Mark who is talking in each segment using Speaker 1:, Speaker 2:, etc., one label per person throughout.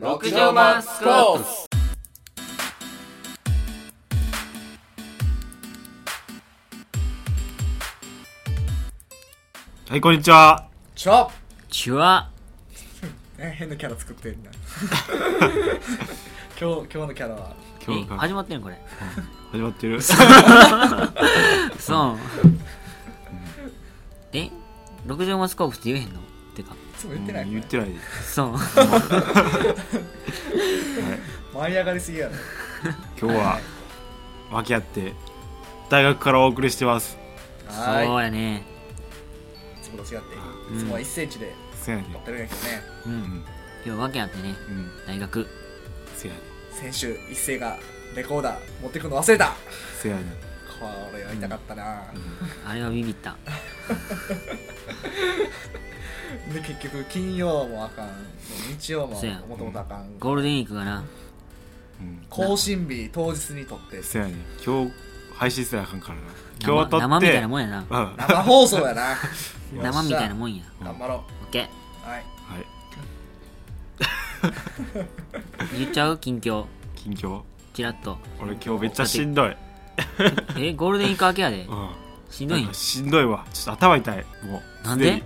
Speaker 1: 極上マンスコース
Speaker 2: はいこんにちは
Speaker 3: ちょ
Speaker 1: チュワ
Speaker 3: え変なキャラ作ってんな今日今日のキャラは
Speaker 2: 今日
Speaker 1: え
Speaker 2: が
Speaker 1: 始まってんのこれ
Speaker 2: 始まって る
Speaker 1: そうえ60マスコープって言えへんのてか
Speaker 3: いつも言ってない、
Speaker 2: うん言ってない
Speaker 1: そう
Speaker 3: 舞い上がりすぎやろ
Speaker 2: 今日は分け合って大学からお送りしてます
Speaker 3: は
Speaker 1: そ
Speaker 3: ー
Speaker 1: うやね
Speaker 3: いいつもと違って
Speaker 1: ん
Speaker 3: いつもは1センチで
Speaker 2: せやね
Speaker 3: 撮ってるんやけどね
Speaker 1: うん今日わけあってね
Speaker 2: うん
Speaker 1: 大学
Speaker 2: せやね
Speaker 3: 先週一星がレコーダー持ってくの忘れた
Speaker 2: せやね
Speaker 3: これは痛かったな、
Speaker 1: あれはビビった
Speaker 3: で結局金曜もあかん日曜も
Speaker 1: そうや
Speaker 3: もともとあかん
Speaker 1: ゴールデンウィークがな
Speaker 2: うん
Speaker 3: 更新日当日に撮って
Speaker 2: せやね今日配信せなあかんからな
Speaker 1: 生
Speaker 2: 今日撮って
Speaker 1: 生みたいなもんやな
Speaker 2: うんは
Speaker 3: 生放送やな
Speaker 2: よっしゃ
Speaker 1: 生みたいなもんや
Speaker 3: 頑張ろ
Speaker 1: オッケ
Speaker 3: うはい
Speaker 2: い
Speaker 1: ー言っちゃう近況
Speaker 2: 近況
Speaker 1: チラッと
Speaker 2: 俺今日めっちゃしんどい
Speaker 1: えゴールデンウィーク明けやで
Speaker 2: うん
Speaker 1: しんどい
Speaker 2: なん
Speaker 1: ん
Speaker 2: かしんどいわちょっと頭痛いもう
Speaker 1: なんで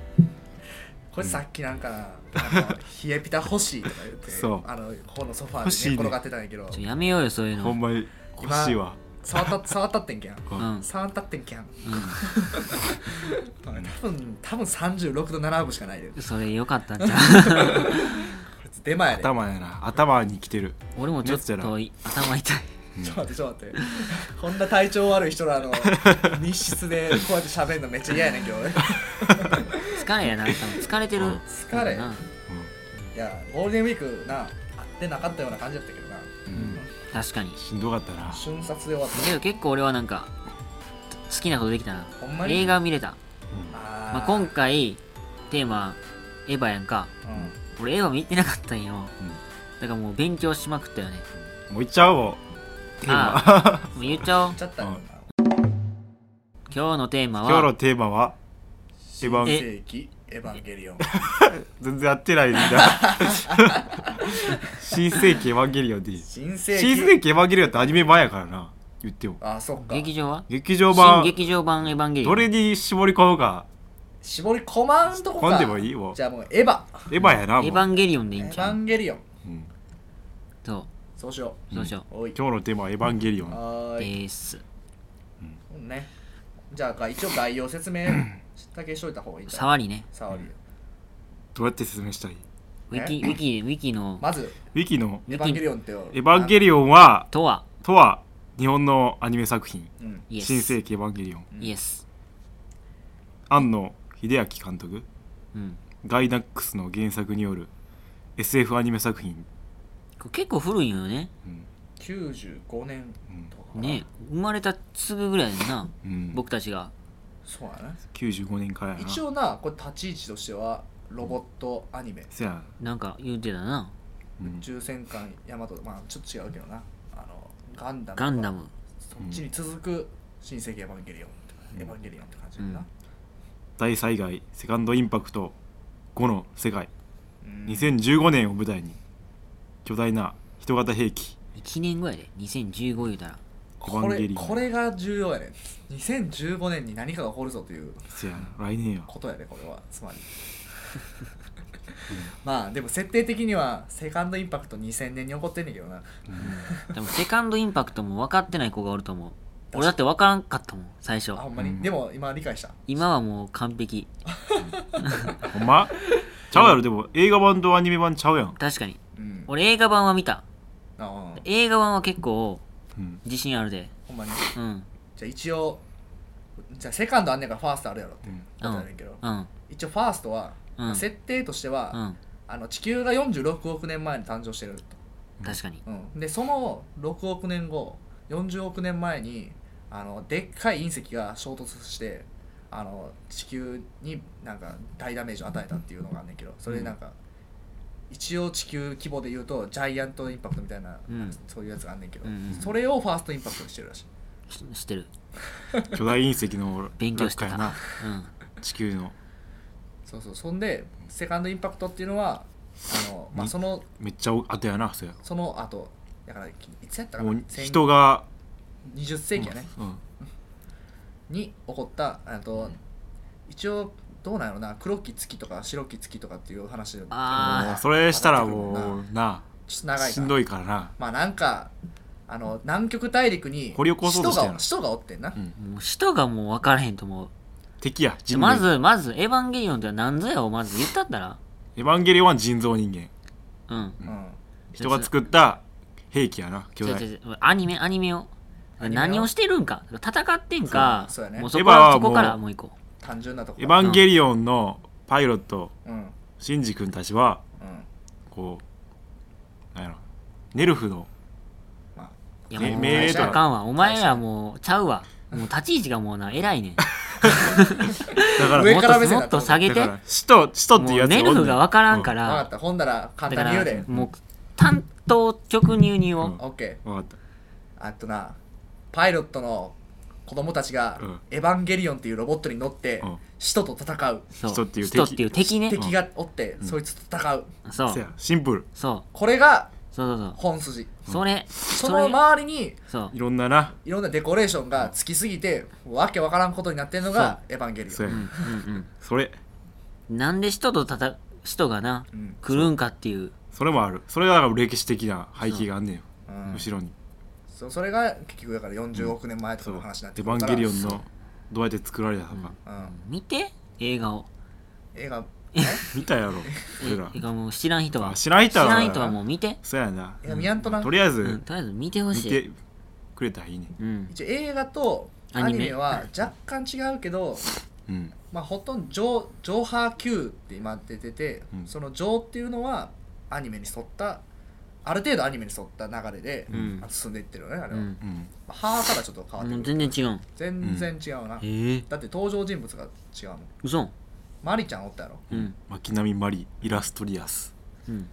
Speaker 3: これさっきなんかあの「冷えピタ欲しい」とか言って
Speaker 2: そう
Speaker 3: あのここのソファー
Speaker 2: 欲し
Speaker 3: で
Speaker 2: いね
Speaker 3: 寝転がってたんやけど、
Speaker 1: ちょやめようよそういう
Speaker 2: ほん
Speaker 1: の
Speaker 2: まに欲しいわ
Speaker 3: 触った触ったってんけん
Speaker 2: う
Speaker 1: うんん
Speaker 3: 触ったってんけん、 多分多分36度7分しかないでこ
Speaker 1: うんそれよかったんちゃう
Speaker 3: れ出前やでちょ
Speaker 2: 頭やな頭に来てる
Speaker 1: 俺もちょっ
Speaker 2: 熱じゃ
Speaker 1: と
Speaker 2: ない
Speaker 1: 頭痛い
Speaker 3: っと待ってちょっと待ってこんな体調悪い人らの密室でこうやって喋るのめっちゃ嫌やねんけど俺い
Speaker 1: 疲れやな多分疲れてる
Speaker 2: うん
Speaker 3: 疲れ
Speaker 1: な
Speaker 3: やゴールデンウィークな会ってなかったような感じだったけどな
Speaker 2: うん
Speaker 1: 確かに
Speaker 2: しんどかったな
Speaker 3: 瞬殺で終わった
Speaker 1: けど結構俺はなんか好きなことできたな
Speaker 3: ほんまに
Speaker 1: 映画見れた、
Speaker 3: あー、
Speaker 1: まあ、今回テーマエヴァやんか俺エヴァ見てなかったんよ、だからもう勉強しまくったよね
Speaker 2: もう行っちゃおうもうテーマ
Speaker 1: ああもう言っちゃおう
Speaker 3: うんちゃったよな
Speaker 1: 今日のテーマ
Speaker 2: 今日の
Speaker 1: は
Speaker 2: テーマはエヴァン
Speaker 1: え
Speaker 3: 世紀エヴァンゲリオン
Speaker 2: 全然やってないんだ 新世紀エヴァンゲリオンでいい
Speaker 3: 新世紀
Speaker 2: 新世紀エヴァンゲリオンってアニメ版やからな言っても
Speaker 3: あそっか
Speaker 1: 劇場は
Speaker 2: 劇場
Speaker 1: 新
Speaker 2: 版
Speaker 1: 劇場版エヴァンゲリオ
Speaker 2: ど
Speaker 1: ン
Speaker 2: れに絞り込むか
Speaker 3: 絞り込まんとこか
Speaker 2: 込んでもいいわ
Speaker 3: じゃあもうエヴァ
Speaker 2: エヴァや
Speaker 1: エ
Speaker 2: なも
Speaker 1: ヴ
Speaker 2: う
Speaker 1: ァンゲリオンでい
Speaker 3: エ
Speaker 1: いん
Speaker 3: ヴ
Speaker 1: ちゃ
Speaker 3: ァ
Speaker 1: う
Speaker 3: ンゲリオン
Speaker 2: うん
Speaker 1: そ
Speaker 3: そうしよ
Speaker 1: うそうしよ
Speaker 3: うおいう
Speaker 2: 今日のテーマはエヴァンゲリオン
Speaker 3: は
Speaker 1: う
Speaker 3: ーい
Speaker 1: です
Speaker 3: ねじゃあ一応概要説明 だけしといた方がいいんじゃない
Speaker 1: 触りね
Speaker 3: 触り
Speaker 2: どうやって説明したい
Speaker 1: ウィキウィキウィキの
Speaker 3: まず
Speaker 2: ウィキの
Speaker 3: エヴァンゲリオンって
Speaker 2: エヴァンゲ
Speaker 3: リ
Speaker 2: リオンは
Speaker 1: とは
Speaker 2: とは日本のアニメ作品
Speaker 3: オン
Speaker 1: イエス
Speaker 2: 新世紀エヴァンゲリオン
Speaker 1: イエス
Speaker 2: 庵野秀明監督
Speaker 1: うん
Speaker 2: ガイナックスの原作による SF アニメ作品
Speaker 1: これ結構古いんよね
Speaker 3: 95年とかかな
Speaker 1: ね生まれたすぐぐらいやんな
Speaker 2: うん
Speaker 1: 僕たちが
Speaker 3: そうだね
Speaker 2: 95年からやな
Speaker 3: 一応なこれ立ち位置としてはロボットアニメ
Speaker 2: せや
Speaker 1: なんか言うてたな
Speaker 2: うん
Speaker 3: 宇宙戦艦ヤマトまあちょっと違うけどなあのガンダムとか
Speaker 1: ガンダム
Speaker 3: そっちに続く新世紀エヴァンゲリオンって感じエヴァンゲリオンって感じだな
Speaker 2: 大災害セカンドインパクト5の世界
Speaker 3: うん
Speaker 2: 2015年を舞台に巨大な人型兵器
Speaker 1: 1年ぐらいで2015言うたら
Speaker 2: エヴ
Speaker 3: こ
Speaker 2: ァンゲ
Speaker 3: れ
Speaker 2: リオン
Speaker 3: これが重要やね2015年に何かが起こるぞという
Speaker 2: せやな来年や
Speaker 3: ことやねこれはつまりまあでも設定的にはセカンドインパクト2000年に起こってんねんけどな
Speaker 1: 多分セカンドインパクトも分かってない子がおると思う俺だって分からんかったもん最初
Speaker 3: あほんまに、
Speaker 2: うん
Speaker 3: でも今理解した
Speaker 1: 今はもう完璧
Speaker 2: ほんま ちゃうやろでも映画版とアニメ版ちゃうやん、
Speaker 1: 確かに
Speaker 3: うん
Speaker 1: 俺映画版は見た
Speaker 3: あうん
Speaker 1: 映画版は結構
Speaker 2: うん、
Speaker 1: 自信あるで
Speaker 3: ほんまに
Speaker 1: うん
Speaker 3: じゃあ一応じゃあセカンドあんねんからファーストあるやろってことやねんけど、
Speaker 1: うん
Speaker 3: 一応ファーストは、
Speaker 1: うん
Speaker 3: 設定としては、
Speaker 1: うん
Speaker 3: あの地球が46億年前に誕生してると
Speaker 1: 確かに
Speaker 3: うん、でその6億年後40億年前にあのでっかい隕石が衝突してあの地球になんか大ダメージを与えたっていうのがあんねんけどそれでなんか、一応地球規模で言うとジャイアントインパクトみたいな、
Speaker 1: うん
Speaker 3: そういうやつがあんねんけど、
Speaker 1: うんうん
Speaker 3: それをファーストインパクトにしてるらしい
Speaker 1: し知ってる
Speaker 2: 巨大隕石の
Speaker 1: 勉強して
Speaker 2: 落
Speaker 1: た
Speaker 2: 下や
Speaker 1: うん
Speaker 2: な地球の
Speaker 3: そうそうそんでセカンドインパクトっていうのはあの、まあ、その
Speaker 2: めっちゃ後やなそれ
Speaker 3: その後だからいつやったか
Speaker 2: も
Speaker 3: な
Speaker 2: う
Speaker 3: 千
Speaker 2: 人が
Speaker 3: 20世紀やね、
Speaker 2: うん
Speaker 3: に起こったあと、一応どうなんやろな黒き月とか白き月とかっていう話で
Speaker 1: あー
Speaker 2: もうそれしたら
Speaker 3: 上が
Speaker 2: も
Speaker 3: ってくるな
Speaker 2: うな
Speaker 3: ちょっと長い
Speaker 2: しんど
Speaker 3: い
Speaker 2: いからな
Speaker 3: まあなんかあの南極大陸に
Speaker 2: 掘り起こそうと
Speaker 3: 人
Speaker 2: してんの
Speaker 3: が人がおってんな、
Speaker 2: うん
Speaker 1: もう人がもう分からへんと思う
Speaker 2: 敵や
Speaker 1: じゃ
Speaker 2: 人
Speaker 1: ま
Speaker 2: 類
Speaker 1: ずまずエヴァンゲリオンって何ぞやをまず言ったったら
Speaker 2: エヴァンゲリオンは人造人間
Speaker 1: うん
Speaker 3: うん
Speaker 2: 人が作った兵器やな
Speaker 1: ち
Speaker 2: 巨
Speaker 1: ょちょ
Speaker 2: 大
Speaker 1: ち
Speaker 2: エ
Speaker 1: ょアニメアニメを
Speaker 3: アニメを
Speaker 1: 何をしてるんか戦ってんか
Speaker 3: そうそうやね
Speaker 1: もうそ
Speaker 2: エ
Speaker 1: こ
Speaker 2: ヴァ
Speaker 1: は
Speaker 2: は
Speaker 1: そ
Speaker 2: もう
Speaker 1: こからもう行こう
Speaker 3: 単純なとこ
Speaker 2: ヴァンゲリオンのパイロット
Speaker 3: うんうん
Speaker 2: シンジ君たちはこうなんやろネルフの
Speaker 3: まあ
Speaker 1: いや
Speaker 2: ね
Speaker 1: もう
Speaker 2: 命令とか
Speaker 1: あかんわお前らもうちゃうわもう立ち位置がもうな偉いねん
Speaker 2: だか ら
Speaker 3: 上
Speaker 1: もっ
Speaker 3: から目
Speaker 1: と
Speaker 3: 線
Speaker 1: も
Speaker 3: だ
Speaker 1: っ
Speaker 3: と
Speaker 1: と下げ
Speaker 2: だ
Speaker 1: て
Speaker 2: から使徒使徒ってい
Speaker 1: も
Speaker 2: うや
Speaker 1: う
Speaker 2: つが
Speaker 1: ネルフが分からんか
Speaker 3: 分からったほんだら簡
Speaker 1: だか
Speaker 3: 単に言うで
Speaker 1: らもう単刀直入に言おう、
Speaker 2: うん
Speaker 3: オッケ
Speaker 2: 分かった
Speaker 3: ーあとなパイロットの子供たちが
Speaker 2: うん
Speaker 3: エヴァンゲリオンっていうロボットに乗って
Speaker 2: うん
Speaker 3: 使徒と戦う
Speaker 1: そう
Speaker 2: 人っていう敵
Speaker 1: 人っていう敵ね
Speaker 3: 敵がおってそいつと戦う
Speaker 1: そうそ
Speaker 2: せ
Speaker 1: う
Speaker 2: やシンプル
Speaker 1: そう
Speaker 3: これが
Speaker 1: そうそう
Speaker 3: 本筋
Speaker 1: それ
Speaker 3: そ
Speaker 1: そ
Speaker 3: の
Speaker 1: れ
Speaker 3: 周りに
Speaker 1: そう
Speaker 2: いろんなない
Speaker 3: ろんなデコレーションがつきすぎてわけわからんことになってるのがエヴァンゲリ
Speaker 2: そ
Speaker 3: オ
Speaker 2: う
Speaker 3: ン
Speaker 2: や
Speaker 1: うんうん
Speaker 2: それ
Speaker 1: うんなんで人と戦人がな
Speaker 3: うん
Speaker 1: 来るんかっていう
Speaker 2: それもあるそれがだから歴史的な背景があんねんよ
Speaker 3: うん
Speaker 2: 後ろに
Speaker 3: そそれが結局だから40億年前とか
Speaker 2: そう
Speaker 3: の
Speaker 2: エヴ
Speaker 3: 話になってく
Speaker 2: ァ
Speaker 3: るか
Speaker 2: ン
Speaker 3: ら
Speaker 2: ゲリオンのどうやって作られたのか
Speaker 3: うん
Speaker 1: 見て映画を
Speaker 3: 映画
Speaker 2: 見たやろ俺ら
Speaker 1: 映画もう知らん人は
Speaker 2: あ知らん人は
Speaker 1: 知らん人はもう見て
Speaker 2: そうやな
Speaker 3: 映画見やんとな
Speaker 2: とりあえ
Speaker 1: うん
Speaker 2: ず
Speaker 1: とりあえず見てほ
Speaker 2: 見
Speaker 1: しい
Speaker 2: てくれたらいいね
Speaker 1: うん
Speaker 3: 一応映画とアニメは若干違うけど
Speaker 2: うん
Speaker 3: まあほとんど上「上波級」って今出てて、
Speaker 2: うん
Speaker 3: その「上」っていうのはアニメに沿ったある程度アニメに沿った流れで
Speaker 1: うん
Speaker 3: 進んでいってるよねあれは、
Speaker 1: うん
Speaker 2: うん
Speaker 3: まあ、はからちょっと変わ
Speaker 1: もう
Speaker 3: ってくる
Speaker 1: 全然違うん
Speaker 3: 全然違うな、
Speaker 1: ええ
Speaker 3: だって登場人物が違うもん
Speaker 1: 嘘
Speaker 3: マリちゃんお ったやろ
Speaker 1: うん
Speaker 2: 巻波マリイラストリアス
Speaker 1: うん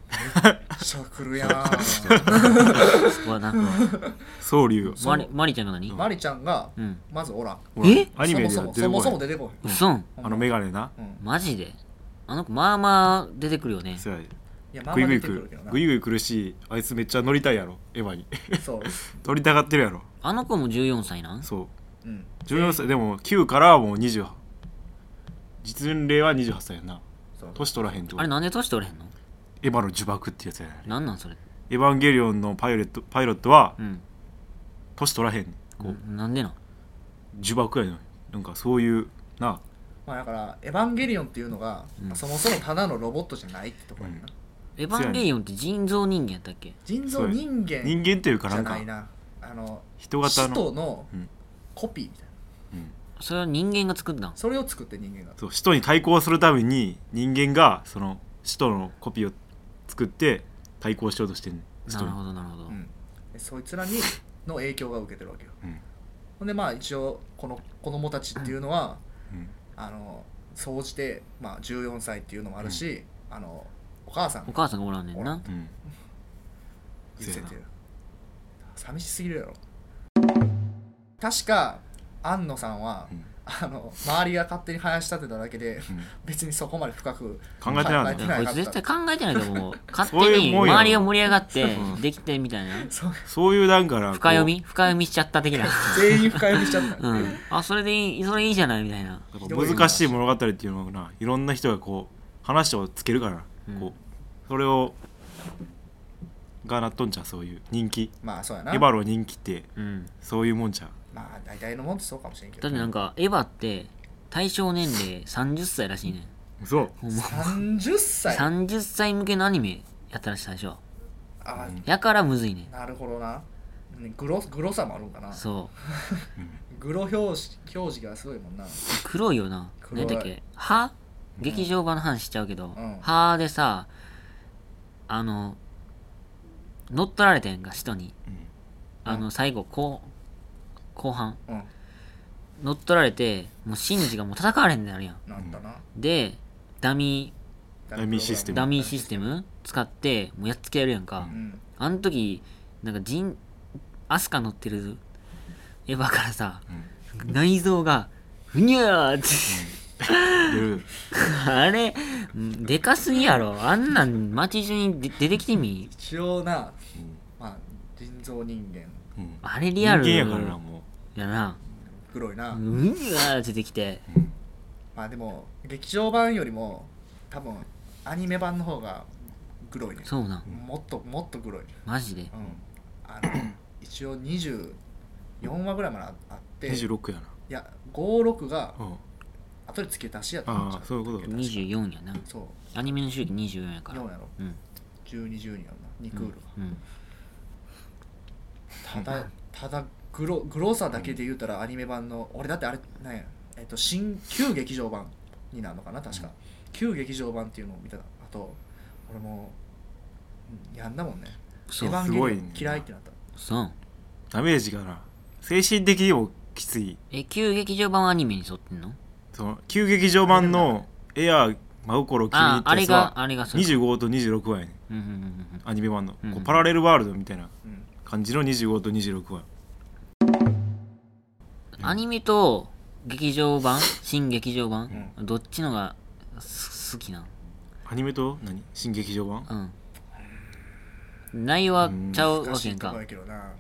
Speaker 3: しゃくるやん
Speaker 1: うわなんか
Speaker 2: 総龍
Speaker 1: マリマリちゃんが何
Speaker 3: マリちゃんが
Speaker 1: うん
Speaker 3: まずおらん
Speaker 2: ほら
Speaker 1: え
Speaker 2: アニメで
Speaker 3: そ
Speaker 2: や
Speaker 3: も
Speaker 2: って
Speaker 3: そもそもそ
Speaker 2: る
Speaker 3: も
Speaker 2: 声
Speaker 3: 出てこ
Speaker 1: 嘘
Speaker 3: い
Speaker 2: あのメガネな
Speaker 3: うんい
Speaker 1: マジであの子まあまあ出てくるよね
Speaker 2: そうやで
Speaker 3: やまあ
Speaker 2: グ
Speaker 3: まあ
Speaker 2: イグ
Speaker 3: 出
Speaker 2: イ来
Speaker 3: てくる
Speaker 2: る
Speaker 3: けどな
Speaker 2: グイグイ来るしあいつめっちゃ乗りたいやろエヴァに
Speaker 3: そう、
Speaker 2: 乗りたがってるやろ
Speaker 1: あの子も14歳なん
Speaker 2: そう
Speaker 3: うん、
Speaker 2: 14歳でも9からはもう20実年齢は28歳やな
Speaker 3: そう
Speaker 2: 年取らへんってこ
Speaker 1: あれ
Speaker 2: と
Speaker 1: なんで年取れへんの
Speaker 2: エヴァの呪縛ってやつやね
Speaker 1: なんなんそれ
Speaker 2: エヴァンゲリオンのパイロットパイロットは
Speaker 1: うん
Speaker 2: 年取らへんこう
Speaker 1: なんでなん
Speaker 2: 呪縛やねんなんかそういうな
Speaker 3: まあだからエヴァンゲリオンっていうのが、
Speaker 1: うん
Speaker 3: そもそもただのロボットじゃないってところやな、
Speaker 2: うん
Speaker 1: エヴァンゲリオンって人造人間やったっけ
Speaker 3: 人造人間じ
Speaker 2: 人間というかな
Speaker 3: ゃ
Speaker 2: ん
Speaker 3: な
Speaker 2: か
Speaker 3: いなあの
Speaker 2: 人型
Speaker 3: 使
Speaker 2: の
Speaker 3: 徒の
Speaker 2: うん
Speaker 3: コピーみたいな
Speaker 2: うん
Speaker 1: それは人間が作ったん
Speaker 3: それを作って人間が
Speaker 2: そう使徒に対抗するために人間がその使徒のコピーを作って対抗しようとしてんねん
Speaker 1: なるほ
Speaker 2: ど
Speaker 1: どなるほ
Speaker 3: う
Speaker 1: ど、
Speaker 3: ん、でそいつらにの影響が受けてるわけよ
Speaker 2: うん
Speaker 3: ほんでまあ一応この子供たちっていうのは、
Speaker 2: うん
Speaker 3: あの総じて、まあ、14歳っていうのもあるし、あのお母さん
Speaker 1: お
Speaker 3: が
Speaker 1: 母さんがおらんねんな
Speaker 2: うん
Speaker 3: 言ってて寂しすぎるやろ確か安野さんは、
Speaker 2: うん
Speaker 3: あの周りが勝手に林立てただけで
Speaker 2: うん
Speaker 3: 別にそこまで深く
Speaker 2: 考えてなかった
Speaker 1: いやこいつ絶対考えてないと 思う勝
Speaker 2: そう
Speaker 1: 手
Speaker 2: い
Speaker 1: に
Speaker 2: うもんや
Speaker 1: 周りが盛り上がって
Speaker 2: うん
Speaker 1: できてみたい な
Speaker 3: そう
Speaker 2: そういうなんかなこう
Speaker 1: 深読み深読みしちゃった的 な
Speaker 3: 全員深読みしちゃった、
Speaker 1: うんあそれでいいそれいいじゃないみたいな
Speaker 2: なんか難しい物語っていうのはないろんな人がこう話をつけるからな、
Speaker 1: うん
Speaker 2: こうそれをがなっとんちゃうそういう人気
Speaker 3: まあそうや
Speaker 2: エ
Speaker 3: な
Speaker 2: ヴァの人気って
Speaker 1: うん
Speaker 2: そういうもんちゃう
Speaker 3: まあ大体のもんってそうかもしれんけ
Speaker 1: だ
Speaker 3: ど
Speaker 1: ってなんかエヴァって対象年齢30歳らしいねん
Speaker 2: そう
Speaker 1: ほんま
Speaker 3: 30歳あ
Speaker 1: 30歳向けのアニメやったらしい最初
Speaker 3: あ
Speaker 1: やからむずいね
Speaker 3: なるほどなグログロさもあるんかなん
Speaker 1: そう
Speaker 3: グロ表示表示がすごいもんな
Speaker 1: 黒いよな
Speaker 3: 黒い
Speaker 1: 何だっけ歯劇場版の話しちゃうけど、
Speaker 3: うん
Speaker 1: 歯でさあの乗っ取られてんか人に
Speaker 2: うん
Speaker 1: あの最後後後半
Speaker 3: うん
Speaker 1: 乗っ取られてもうシンジがもう戦われへんでなるやん
Speaker 3: なったな、
Speaker 1: でダミ
Speaker 2: ダミーシス
Speaker 1: ー
Speaker 2: テム
Speaker 1: ダミーシステム使ってもうやっつけられるやんか、
Speaker 3: うん
Speaker 1: あの時なんかジンアスカ乗ってるエヴァからさ
Speaker 2: うん
Speaker 1: 内臓がふにゃーって
Speaker 2: る
Speaker 1: あれ、んでかすぎやろ。あんなん街中にで出てきてみ。
Speaker 3: 一応な、まあ、人造人間
Speaker 2: うん
Speaker 1: あれリ
Speaker 2: 人
Speaker 1: ア
Speaker 2: 間
Speaker 1: ル
Speaker 2: やからなも
Speaker 1: やな。
Speaker 3: 黒いな、
Speaker 1: うん、うわー出てきて。
Speaker 3: まあでも劇場版よりも多分アニメ版の方が黒いね
Speaker 1: そうなん。
Speaker 3: もっともっと黒い、うん、
Speaker 1: マジで。
Speaker 3: あの 一応24話ぐらいまであって
Speaker 2: う26や
Speaker 3: いや56が
Speaker 2: な、うん、
Speaker 3: 後で付け足しやったんち
Speaker 2: あ
Speaker 3: ゃ
Speaker 2: あそういうことだ
Speaker 1: 24やな。
Speaker 3: そう
Speaker 1: アニメの周期24やから。
Speaker 3: 4やろ
Speaker 1: うん。
Speaker 3: 1212やんな2クールが、
Speaker 1: うん。
Speaker 3: ただただグログロさだけで言うたらアニメ版の俺だってあれなんや、えっと、新旧劇場版になるのかな確か、旧劇場版っていうのを見たあと俺もううんやんだもんね
Speaker 1: そう
Speaker 3: エヴァン
Speaker 2: すご
Speaker 3: ゲ
Speaker 2: い
Speaker 3: リオ
Speaker 2: ね
Speaker 3: ン嫌いってなった
Speaker 1: そう。
Speaker 2: ダメージがな精神的にもきつい
Speaker 1: え、旧劇場版はアニメに沿ってんの
Speaker 2: その旧劇場版のエアー真心君
Speaker 1: あ
Speaker 2: っ
Speaker 1: あ、あ
Speaker 2: て
Speaker 1: れ
Speaker 2: やつ
Speaker 1: が、
Speaker 2: は
Speaker 1: あれがそう。
Speaker 2: 25と26話やねん
Speaker 1: うんうんうんうん。
Speaker 2: アニメ版の、こ
Speaker 1: うん
Speaker 2: うパラレルワールドみたいな
Speaker 3: うん
Speaker 2: 感じの25と26話
Speaker 1: アニメと劇場版新劇場版、
Speaker 3: う
Speaker 1: どっちのがす好きなん
Speaker 2: アニメと何新劇場版
Speaker 1: うん内容はちゃう
Speaker 3: 難
Speaker 1: わ
Speaker 3: し
Speaker 1: け
Speaker 3: い
Speaker 1: ん
Speaker 3: とこ
Speaker 1: か
Speaker 3: やけどな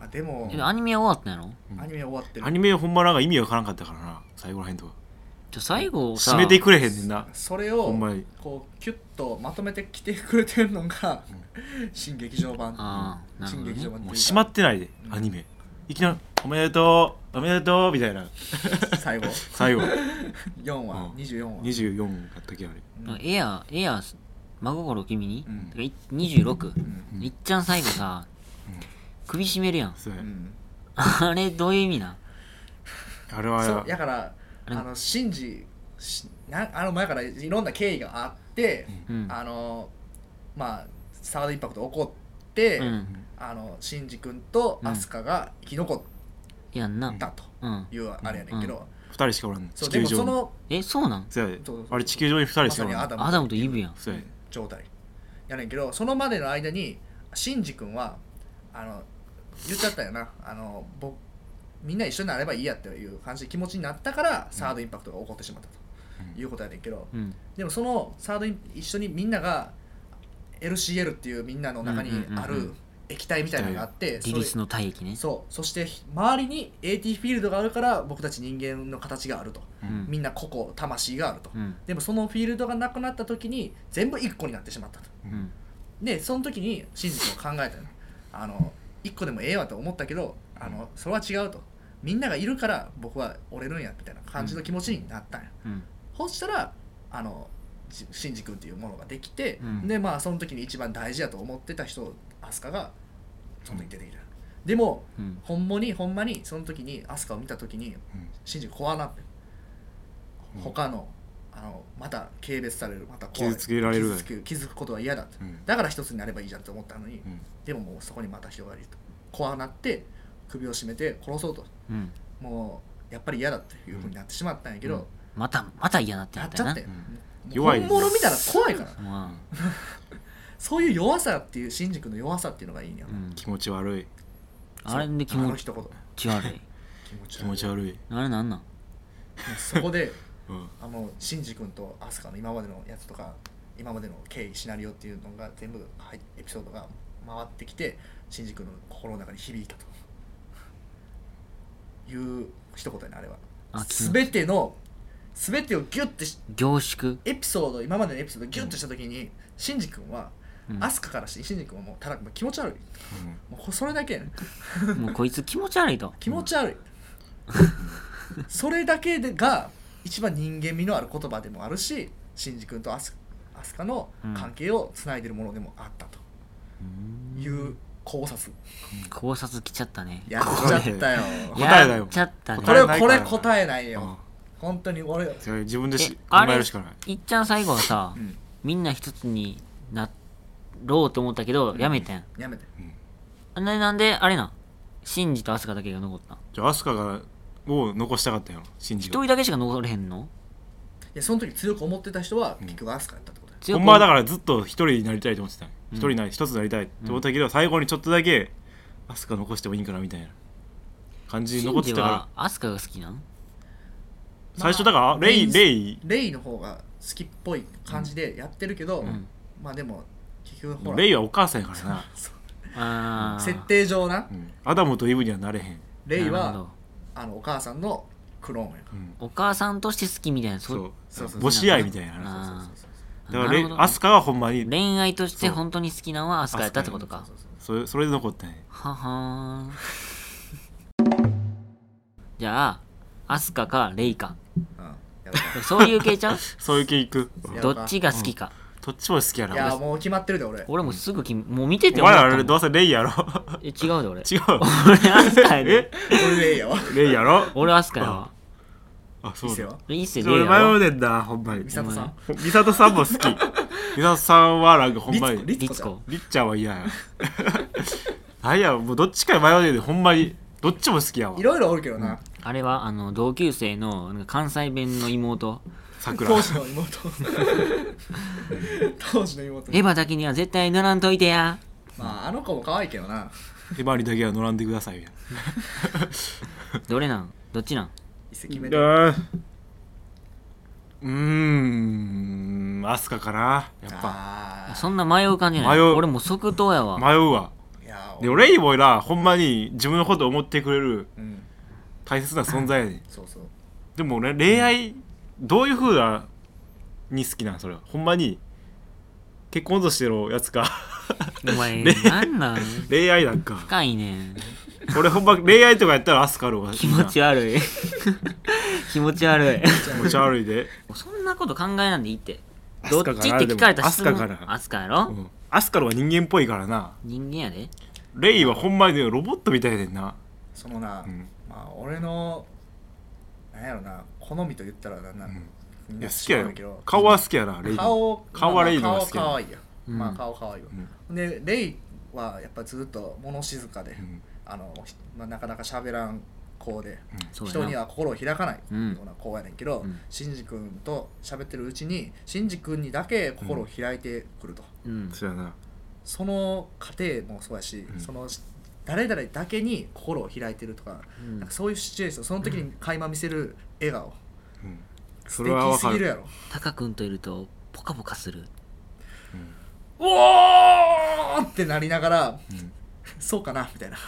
Speaker 3: あでも
Speaker 1: けどアニメは終わったんやろ
Speaker 2: うん
Speaker 3: アニメ終わってる
Speaker 2: アニメほんまなんか意味わからんかったからな最後らへんとか
Speaker 1: じゃ最後さ
Speaker 2: 締めてくれへんねんな
Speaker 3: それ
Speaker 2: ほ
Speaker 3: を
Speaker 2: んまに
Speaker 3: こうキュッとまとめてきてくれてるのが新劇場版
Speaker 1: あーなるほ
Speaker 3: 新
Speaker 1: どね
Speaker 3: 劇場版
Speaker 2: も
Speaker 3: って
Speaker 2: う閉
Speaker 3: い
Speaker 2: ま
Speaker 3: う
Speaker 2: ってないでアニメいきなり「おめでとうおめでとう」みたいな
Speaker 3: か最後
Speaker 2: 最後
Speaker 3: 4話
Speaker 2: うん
Speaker 3: 24話
Speaker 2: 24だったっけあれ
Speaker 3: うん
Speaker 1: エアエア真心君に、
Speaker 3: うん
Speaker 1: てかい26、
Speaker 3: ん
Speaker 1: いっちゃん最後さ、首絞めるやん
Speaker 2: そうや
Speaker 3: うん
Speaker 1: あれどういう意味なん
Speaker 2: あれは
Speaker 3: そうだから
Speaker 1: あれ
Speaker 3: あのシンジしなあの前からいろんな経緯があって、
Speaker 1: うん
Speaker 3: あのまあサードインパクト起こって、
Speaker 1: うん
Speaker 3: あのシンジ君とアスカが生き残っ
Speaker 1: やんな
Speaker 3: たと
Speaker 1: うん
Speaker 3: いうあれやねんけど、
Speaker 2: 2人しかおらんの
Speaker 3: そ
Speaker 2: 地
Speaker 3: うでも
Speaker 2: 球
Speaker 3: そ
Speaker 2: 上に
Speaker 3: の
Speaker 1: えそうなん
Speaker 2: そうやで
Speaker 3: そうそうそう
Speaker 2: あれ地球上に2人
Speaker 3: ま
Speaker 2: しか
Speaker 3: さ
Speaker 2: お
Speaker 3: に
Speaker 2: ら
Speaker 3: ア
Speaker 2: ん
Speaker 3: ダ
Speaker 2: の
Speaker 3: ム
Speaker 1: アダムとイブやん
Speaker 2: そうやで
Speaker 3: 状態やねんけどそのまでの間にシンジ君はあの言っちゃったよなあの僕みんな一緒になればいいやっていう感じで気持ちになったからサードインパクトが起こってしまったと、いうことやねんけど、
Speaker 1: うん
Speaker 3: でもそのサードに一緒にみんなが LCL っていうみんなの中にあ
Speaker 1: うんうんうんう
Speaker 3: る
Speaker 1: ん
Speaker 3: 液体みたいなのがあって
Speaker 1: リ
Speaker 3: そ
Speaker 1: リ
Speaker 3: れ
Speaker 1: スの体液ね
Speaker 3: そうそして周りに AT フィールドがあるから僕たち人間の形があると
Speaker 1: うん
Speaker 3: みんな個々魂があると
Speaker 1: うん
Speaker 3: でもそのフィールドがなくなった時に全部一個になってしまったと
Speaker 1: うん
Speaker 3: でその時に真実を考えたのあの一個でもええわと思ったけどあのそれは違うとみんながいるから僕は折れるんやみたいな感じの気持ちになったんや
Speaker 1: うん
Speaker 3: そうしたらあのじシンジ君っていうものができて、
Speaker 1: うん
Speaker 3: でまあその時に一番大事やと思ってた人アスカがその時出てきた、でも
Speaker 1: うん
Speaker 3: ほんまにほんまにその時にアスカを見た時に
Speaker 2: うん
Speaker 3: シンジ怖なって、
Speaker 2: うん
Speaker 3: 他のあのまた軽蔑されるまた怖い
Speaker 2: 傷つけられる
Speaker 3: 傷つく傷つくことは嫌だって、
Speaker 2: うん
Speaker 3: だから一つになればいいじゃんと思ったのに、
Speaker 2: うん
Speaker 3: でももうそこにまた広がりと怖なって首を絞めて殺そうと
Speaker 1: うん
Speaker 3: もうやっぱり嫌だっていうふうになってしまったんやけど、
Speaker 1: うんまたまた嫌なって
Speaker 3: や
Speaker 1: な
Speaker 3: っ
Speaker 1: っ
Speaker 3: ち
Speaker 1: た
Speaker 3: ゃっ
Speaker 1: よな
Speaker 3: たよ、
Speaker 2: ん
Speaker 3: 弱
Speaker 2: 弱
Speaker 3: い
Speaker 2: い
Speaker 3: 本
Speaker 2: ね
Speaker 3: 物見たら怖いから
Speaker 1: ま
Speaker 3: そういう弱さっていう新宿の弱さっていうのがいいんや
Speaker 1: あ、うん、
Speaker 2: 気持ち悪い
Speaker 1: あれで気
Speaker 3: あの
Speaker 1: 持
Speaker 3: 一言
Speaker 1: ち悪い
Speaker 2: 気持ち悪い
Speaker 1: あれなんなん
Speaker 3: そこで
Speaker 2: うん
Speaker 3: あの新宿君と飛鳥の今までのやつとか今までの経緯シナリオっていうのが全部入っエピソードが回ってきて新宿の心の中に響いたという一言やねあれは
Speaker 1: あ気持ち
Speaker 3: 全ての全てをギュッてし
Speaker 1: 凝縮
Speaker 3: エピソード今までのエピソードをギュッとした時に、シンジ君は、
Speaker 1: うん
Speaker 3: アスカからしてシンジ君はもうただもう気持ち悪いもうこそれだけやね
Speaker 1: もうこいつ気持ち悪いと
Speaker 3: 気持ち悪い、それだけでが一番人間味のある言葉でもあるしシンジ君とアスアスカの関係をつないでるものでもあったという考察、
Speaker 1: 考察来ちゃったね
Speaker 3: やっちゃったよ
Speaker 2: い答えだ
Speaker 1: や
Speaker 2: よ
Speaker 1: っちゃった
Speaker 3: こ
Speaker 2: 答
Speaker 1: ね
Speaker 3: れ
Speaker 2: えない
Speaker 3: こ
Speaker 2: から
Speaker 3: れ答えないよ、
Speaker 2: うん
Speaker 3: 本当に俺
Speaker 2: それ自分でし
Speaker 1: え
Speaker 2: 考
Speaker 1: あれ
Speaker 2: えるしかない
Speaker 1: いっちゃん最後はさ、
Speaker 3: うん
Speaker 1: みんな一つになろうと思ったけどやめてん、
Speaker 3: やめて
Speaker 1: あななんであれなんシンジとアスカだけが残ったん
Speaker 2: じゃあアスカがを残したかったよシンジ
Speaker 1: 一
Speaker 2: が
Speaker 1: 人だけしか残れへんの
Speaker 3: いやその時強く思ってた人は結局アスカやったってことや、
Speaker 1: 強
Speaker 2: ほ
Speaker 1: く
Speaker 2: んまはだからずっと一人になりたいと思ってたの一人になり一つになりたいって思ったけど最後にちょっとだけアスカ残してもいいんかなみたいな感じに
Speaker 1: シ
Speaker 2: 残
Speaker 1: ン
Speaker 2: って
Speaker 1: ジ
Speaker 2: たから
Speaker 1: はアスカが好きなん
Speaker 2: 最初だからレイレイ
Speaker 3: レイの方が好きっぽい感じでやってるけど、
Speaker 1: うん
Speaker 3: まあでも結局ほら
Speaker 2: レイはお母さんやからな、
Speaker 3: そう
Speaker 1: あー
Speaker 3: 設定上な
Speaker 2: うんアダムとイブにはなれへん、
Speaker 3: レイ
Speaker 1: なるほ
Speaker 3: は
Speaker 1: ど
Speaker 3: あのお母さんのクローンやか
Speaker 2: うん
Speaker 1: お母さんとして好きみたいな
Speaker 2: そう
Speaker 3: そうそう
Speaker 2: 母子愛みたいな
Speaker 3: ら
Speaker 1: あ
Speaker 2: な
Speaker 1: ー
Speaker 3: そうそうそうそう
Speaker 2: だから
Speaker 1: なる
Speaker 2: レイ
Speaker 1: ほどね
Speaker 2: アスカはほんまに
Speaker 1: 恋愛として本当に好きなのはアスカやったってことか
Speaker 3: そうそう
Speaker 2: それそれで残ったんや
Speaker 1: ははーん じゃあアスカかレイか
Speaker 3: そううんやろうか
Speaker 1: そういう系ちゃう
Speaker 2: そういう系いく
Speaker 3: や
Speaker 1: どっちが好きか、
Speaker 2: どっちも好きやない
Speaker 3: やもう決まってるで俺
Speaker 1: 俺もうすぐきもう見てて
Speaker 2: お前らあ
Speaker 1: 思
Speaker 2: れ
Speaker 1: ったも
Speaker 2: ど
Speaker 1: ん
Speaker 2: うせレイやろ
Speaker 1: え違うで俺
Speaker 2: 違う
Speaker 1: 俺アスカやで
Speaker 2: え
Speaker 3: 俺レイやわ
Speaker 2: レイやろ
Speaker 1: 俺アスカやわ
Speaker 2: あそ
Speaker 3: 伊
Speaker 2: う
Speaker 3: 勢
Speaker 2: だ
Speaker 3: は
Speaker 1: 一世
Speaker 2: ち
Speaker 1: レ
Speaker 2: ょ
Speaker 1: イ
Speaker 2: 俺
Speaker 1: や
Speaker 2: 迷う
Speaker 1: わ
Speaker 2: ねんなほんまに
Speaker 3: 美里さん
Speaker 2: 美里さんも好き美里さんはなんかほん
Speaker 3: リ
Speaker 2: ま
Speaker 3: ツコ
Speaker 2: に
Speaker 3: リ
Speaker 1: リ
Speaker 3: ツコち
Speaker 1: ツ
Speaker 3: ゃん
Speaker 1: コ
Speaker 2: りっちゃんは嫌や なんやもうどっちか迷うねんでほんまにどっちも好きやわ
Speaker 3: いろいろおるけどな
Speaker 1: あれはあの同級生のなんか関西弁の妹
Speaker 2: さくら
Speaker 3: 当時の妹 当時の妹
Speaker 1: エヴァだけには絶対乗らんといてや
Speaker 3: まああの子も可愛いけどな
Speaker 2: エバリだけは乗らんでくださいや
Speaker 1: どれなんどっちなん
Speaker 3: 伊勢決めて
Speaker 2: うーんアスカかなやっぱ
Speaker 3: あ
Speaker 1: そんな迷う感じない
Speaker 2: 迷う
Speaker 1: 俺もう即答やわ
Speaker 2: 迷うわ
Speaker 3: ーいや
Speaker 2: でもレイもなほんまに自分のこと思ってくれる
Speaker 3: うん
Speaker 2: 大切な存在やねん
Speaker 3: そうそう
Speaker 2: でも俺恋愛どういうふうなに好きなんそれはほんまに結婚としてのやつか
Speaker 1: お前
Speaker 2: ね
Speaker 1: なんなん
Speaker 2: 恋愛なんか
Speaker 1: 深いねん
Speaker 2: 俺ほんま恋愛とかやったらアスカルは
Speaker 1: 気持ち悪 い気持ち悪い
Speaker 2: 気持ち悪いで、
Speaker 1: そんなこと考えなんでいいって
Speaker 2: ア
Speaker 1: ど
Speaker 2: ス
Speaker 1: っ
Speaker 2: カ
Speaker 1: ち
Speaker 2: かな
Speaker 1: って聞かれた質問
Speaker 2: でもアスカかな
Speaker 1: アスカや
Speaker 2: う
Speaker 1: ろ
Speaker 2: ん、アスカルは人間っぽいからな
Speaker 1: 人間やで
Speaker 2: レイはほんまにロボットみたいでんな、
Speaker 3: そのな
Speaker 2: うん
Speaker 3: まあ俺のなんやろな好みと言ったらなんな
Speaker 2: うん
Speaker 3: みん
Speaker 2: い
Speaker 3: な
Speaker 2: や好きや
Speaker 3: 知らん
Speaker 2: よ
Speaker 3: けど
Speaker 2: 顔は好きやなレイの
Speaker 3: 顔
Speaker 2: 顔
Speaker 3: ま
Speaker 2: は
Speaker 3: あ
Speaker 2: レイの
Speaker 3: 顔
Speaker 2: が
Speaker 3: は
Speaker 2: 好きや
Speaker 3: 可愛いや
Speaker 1: うん
Speaker 3: まあ顔可愛いわでレイはやっぱずっと物静かで
Speaker 2: うん
Speaker 3: あのひまあなかなか喋らん子で
Speaker 1: そう
Speaker 3: 人に
Speaker 1: やな
Speaker 3: は心を開かないよ
Speaker 1: うん
Speaker 3: うな子やねんけど、
Speaker 1: うん
Speaker 3: シンジ君と喋ってるうちにシンジ君にだけ心を開いてくると、
Speaker 1: うん
Speaker 2: そうやな
Speaker 3: その過程もそうやし、
Speaker 2: うん
Speaker 3: その誰々だけに心を開いてるとか,、
Speaker 1: うん
Speaker 3: なんかそういうシチュエーションその時に垣間見せる笑顔、
Speaker 2: うん
Speaker 3: 素
Speaker 2: それは
Speaker 3: 敵
Speaker 2: わ
Speaker 3: す
Speaker 2: か
Speaker 3: ぎる
Speaker 2: る
Speaker 3: やろ
Speaker 1: タカ君といるとポカポカする
Speaker 3: おーってなりながら、
Speaker 2: ん
Speaker 3: そうかなみたいな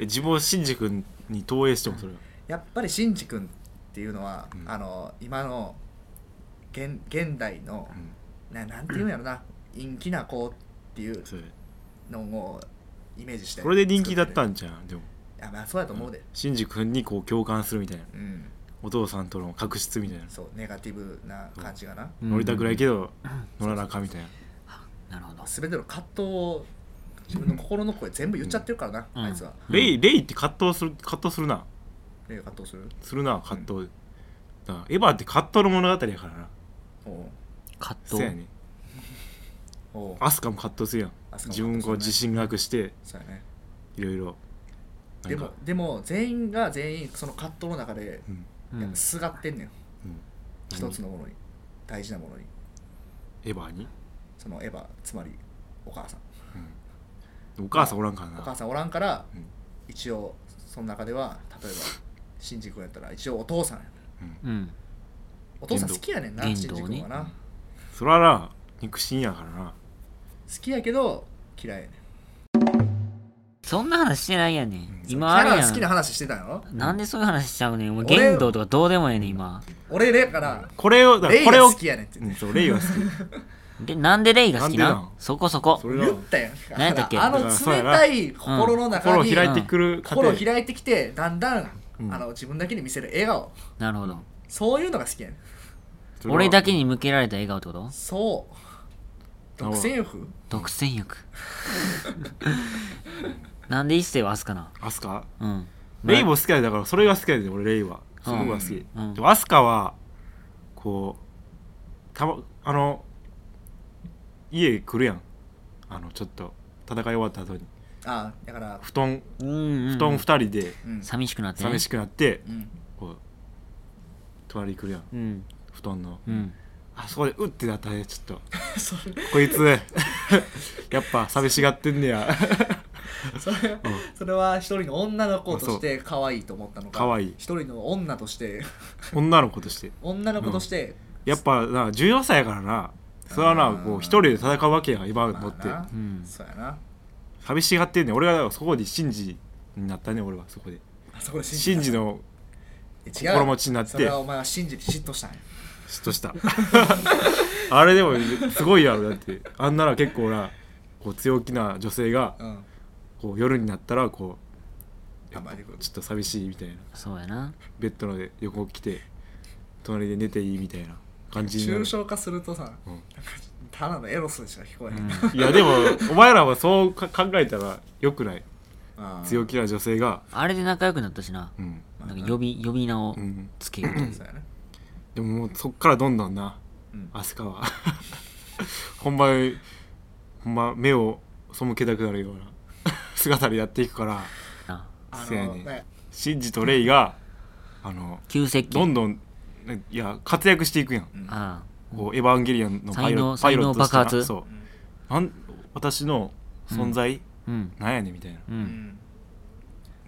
Speaker 2: え自分をシンジ君に投影してもそれは
Speaker 3: やっぱりシンジ君っていうのは、あの今の現現代の、ななんていうんやろな陰気な子っていう
Speaker 2: それ
Speaker 3: のをイメージして
Speaker 2: これで人気だった
Speaker 3: い
Speaker 2: んじゃんでも
Speaker 3: やまあそうやと思うで
Speaker 2: シンジ君にこう共感するみたいな
Speaker 3: うん、
Speaker 2: お父さんとの確執みたいな
Speaker 3: そうネガティブな感じがな、
Speaker 1: うん
Speaker 2: 乗りたくないけど乗らなあかんみたいな
Speaker 1: なるほど
Speaker 3: 全ての葛藤を自分の心の声全部言っちゃってるからな、
Speaker 1: うん
Speaker 3: あいつは
Speaker 1: うん
Speaker 2: レイレイって葛藤する葛藤するな
Speaker 3: ね葛藤する
Speaker 2: するな葛藤、だからエヴァって葛藤の物語やからな
Speaker 3: おう
Speaker 1: 葛
Speaker 2: そうや
Speaker 1: 藤
Speaker 2: ね
Speaker 3: おう
Speaker 2: アスカも葛藤するやん
Speaker 3: アスカも葛藤する
Speaker 2: 自
Speaker 3: ね
Speaker 2: 分こう自信がなくして
Speaker 3: そうやね
Speaker 2: いろいろなん
Speaker 3: で
Speaker 2: か
Speaker 3: もでも全員が全員その葛藤の中で、
Speaker 2: うん
Speaker 1: う
Speaker 3: いや
Speaker 1: ん
Speaker 3: すがってんねん
Speaker 2: うん
Speaker 3: 一つのものに大事なものに
Speaker 2: エヴァに
Speaker 3: そのエヴァつまりお母さん
Speaker 2: お母さんおらんから
Speaker 3: お
Speaker 2: な
Speaker 3: 母さんおらんから、
Speaker 2: うん
Speaker 3: 一応その中では例えば新次君やったら一応お父さんや
Speaker 1: うん
Speaker 3: お父さん好きやねんな
Speaker 1: 言動
Speaker 3: 新次君はな、
Speaker 1: 言動ね
Speaker 2: そらな肉親やからな
Speaker 3: 好きやけど嫌いやねん
Speaker 1: そんな話してないやねん今
Speaker 3: キ
Speaker 1: あ
Speaker 3: ャ
Speaker 1: れ
Speaker 3: ラ
Speaker 1: や
Speaker 3: 好きなん話してたんやろ
Speaker 1: なんでそういう話しちゃうねんもう
Speaker 3: 俺
Speaker 1: 言動とかどうでもええねん今
Speaker 3: 俺レイから
Speaker 2: これをだから
Speaker 3: レイ
Speaker 2: これ
Speaker 3: が
Speaker 2: を
Speaker 3: 好きやねんって
Speaker 2: うんそうレイは好き
Speaker 1: でなんでレイが好きな
Speaker 2: なんで
Speaker 1: ん
Speaker 2: なん
Speaker 1: そこそこ
Speaker 2: それが
Speaker 3: 言 ったやん
Speaker 1: 何やったっけ
Speaker 3: あの冷たい心の中
Speaker 2: 心を
Speaker 3: に、
Speaker 2: 開いてくる過
Speaker 3: 心
Speaker 2: 程
Speaker 3: を開いてきてだんだん、
Speaker 2: うん
Speaker 3: あの自分だけに見せる笑顔
Speaker 1: なるほど
Speaker 3: そういうのが好きやねん
Speaker 2: それは
Speaker 1: 俺だけに向けられた笑顔ってこと
Speaker 3: そう独占欲
Speaker 1: 独占欲 なんで一世はアスカな
Speaker 2: アスカ
Speaker 1: うん
Speaker 2: レイも好きやでだからそれが好きやで俺レイはすごく好き、
Speaker 1: うん
Speaker 2: でもアスカはこうたまあの家来るやんあのちょっと戦い終わった後に
Speaker 3: あだから
Speaker 2: 布団
Speaker 1: うんうん
Speaker 2: 布団2人で
Speaker 3: うん
Speaker 1: 寂しくなってね
Speaker 2: 寂しくなって、
Speaker 3: うん
Speaker 2: こう隣来るやん
Speaker 1: うん
Speaker 2: 布団の、
Speaker 1: うん
Speaker 2: あそこでうってなったねちょっと
Speaker 3: それ
Speaker 2: こいつやっぱ寂しがってんねや
Speaker 3: それはそれは一人の女の子として可愛いと思ったのか
Speaker 2: 可愛い
Speaker 3: 一人の女として
Speaker 2: 女の子として
Speaker 3: 女の子として、
Speaker 2: やっぱな14歳やからなそれは
Speaker 3: う
Speaker 2: なんこう一人で戦うわけやん今
Speaker 3: まあ
Speaker 2: のって、
Speaker 3: な
Speaker 1: うん
Speaker 3: そうやな
Speaker 2: 寂しがってんねん俺はだからそこで信じになったね俺はそこで
Speaker 3: あそこで信
Speaker 2: 信
Speaker 3: じ
Speaker 2: じの
Speaker 3: 違う
Speaker 2: 心持ちになって
Speaker 3: それはお前は信じて嫉妬したんや
Speaker 2: 嫉妬した あれでもすごいやろだってあんなら結構なこう強気な女性が
Speaker 3: うん
Speaker 2: こう夜になったらこうやっ
Speaker 3: 甘え
Speaker 2: ぱち
Speaker 3: て
Speaker 2: ょ
Speaker 3: くる
Speaker 2: っと寂しいみたいな
Speaker 1: そうやな
Speaker 2: ベッドの横来て隣で寝ていいみたいな感じになる
Speaker 3: 抽象化するとさ、
Speaker 2: うん
Speaker 3: なんかただのエロスにしか聞こえ へん、
Speaker 2: いやでもお前らはそうか考えたらよくない
Speaker 3: あー
Speaker 2: 強気な女性が
Speaker 1: あれで仲良くなったしな
Speaker 2: うん、
Speaker 3: まあ
Speaker 1: なんか呼び呼び名を
Speaker 2: うん、
Speaker 1: つけようと
Speaker 3: そうやね
Speaker 2: でももうそっからどんどんな
Speaker 3: うん
Speaker 2: 飛鳥は ほんまにほんま目を背けたくなるような姿でやっていくから
Speaker 1: な
Speaker 3: あの
Speaker 2: そうやね
Speaker 3: ね
Speaker 2: シンジとレイがあの
Speaker 1: 急接
Speaker 2: ど
Speaker 1: 近
Speaker 2: んどんねいや活躍していくやん
Speaker 1: あ
Speaker 2: こうエヴァンゲリオンのパイロ
Speaker 1: 才能
Speaker 2: パイロットとして
Speaker 1: 才能爆
Speaker 2: な
Speaker 1: 発
Speaker 2: そう
Speaker 3: うん
Speaker 2: なん私の存在、
Speaker 1: あうん
Speaker 2: なんやねんみたいな
Speaker 1: う
Speaker 3: うんん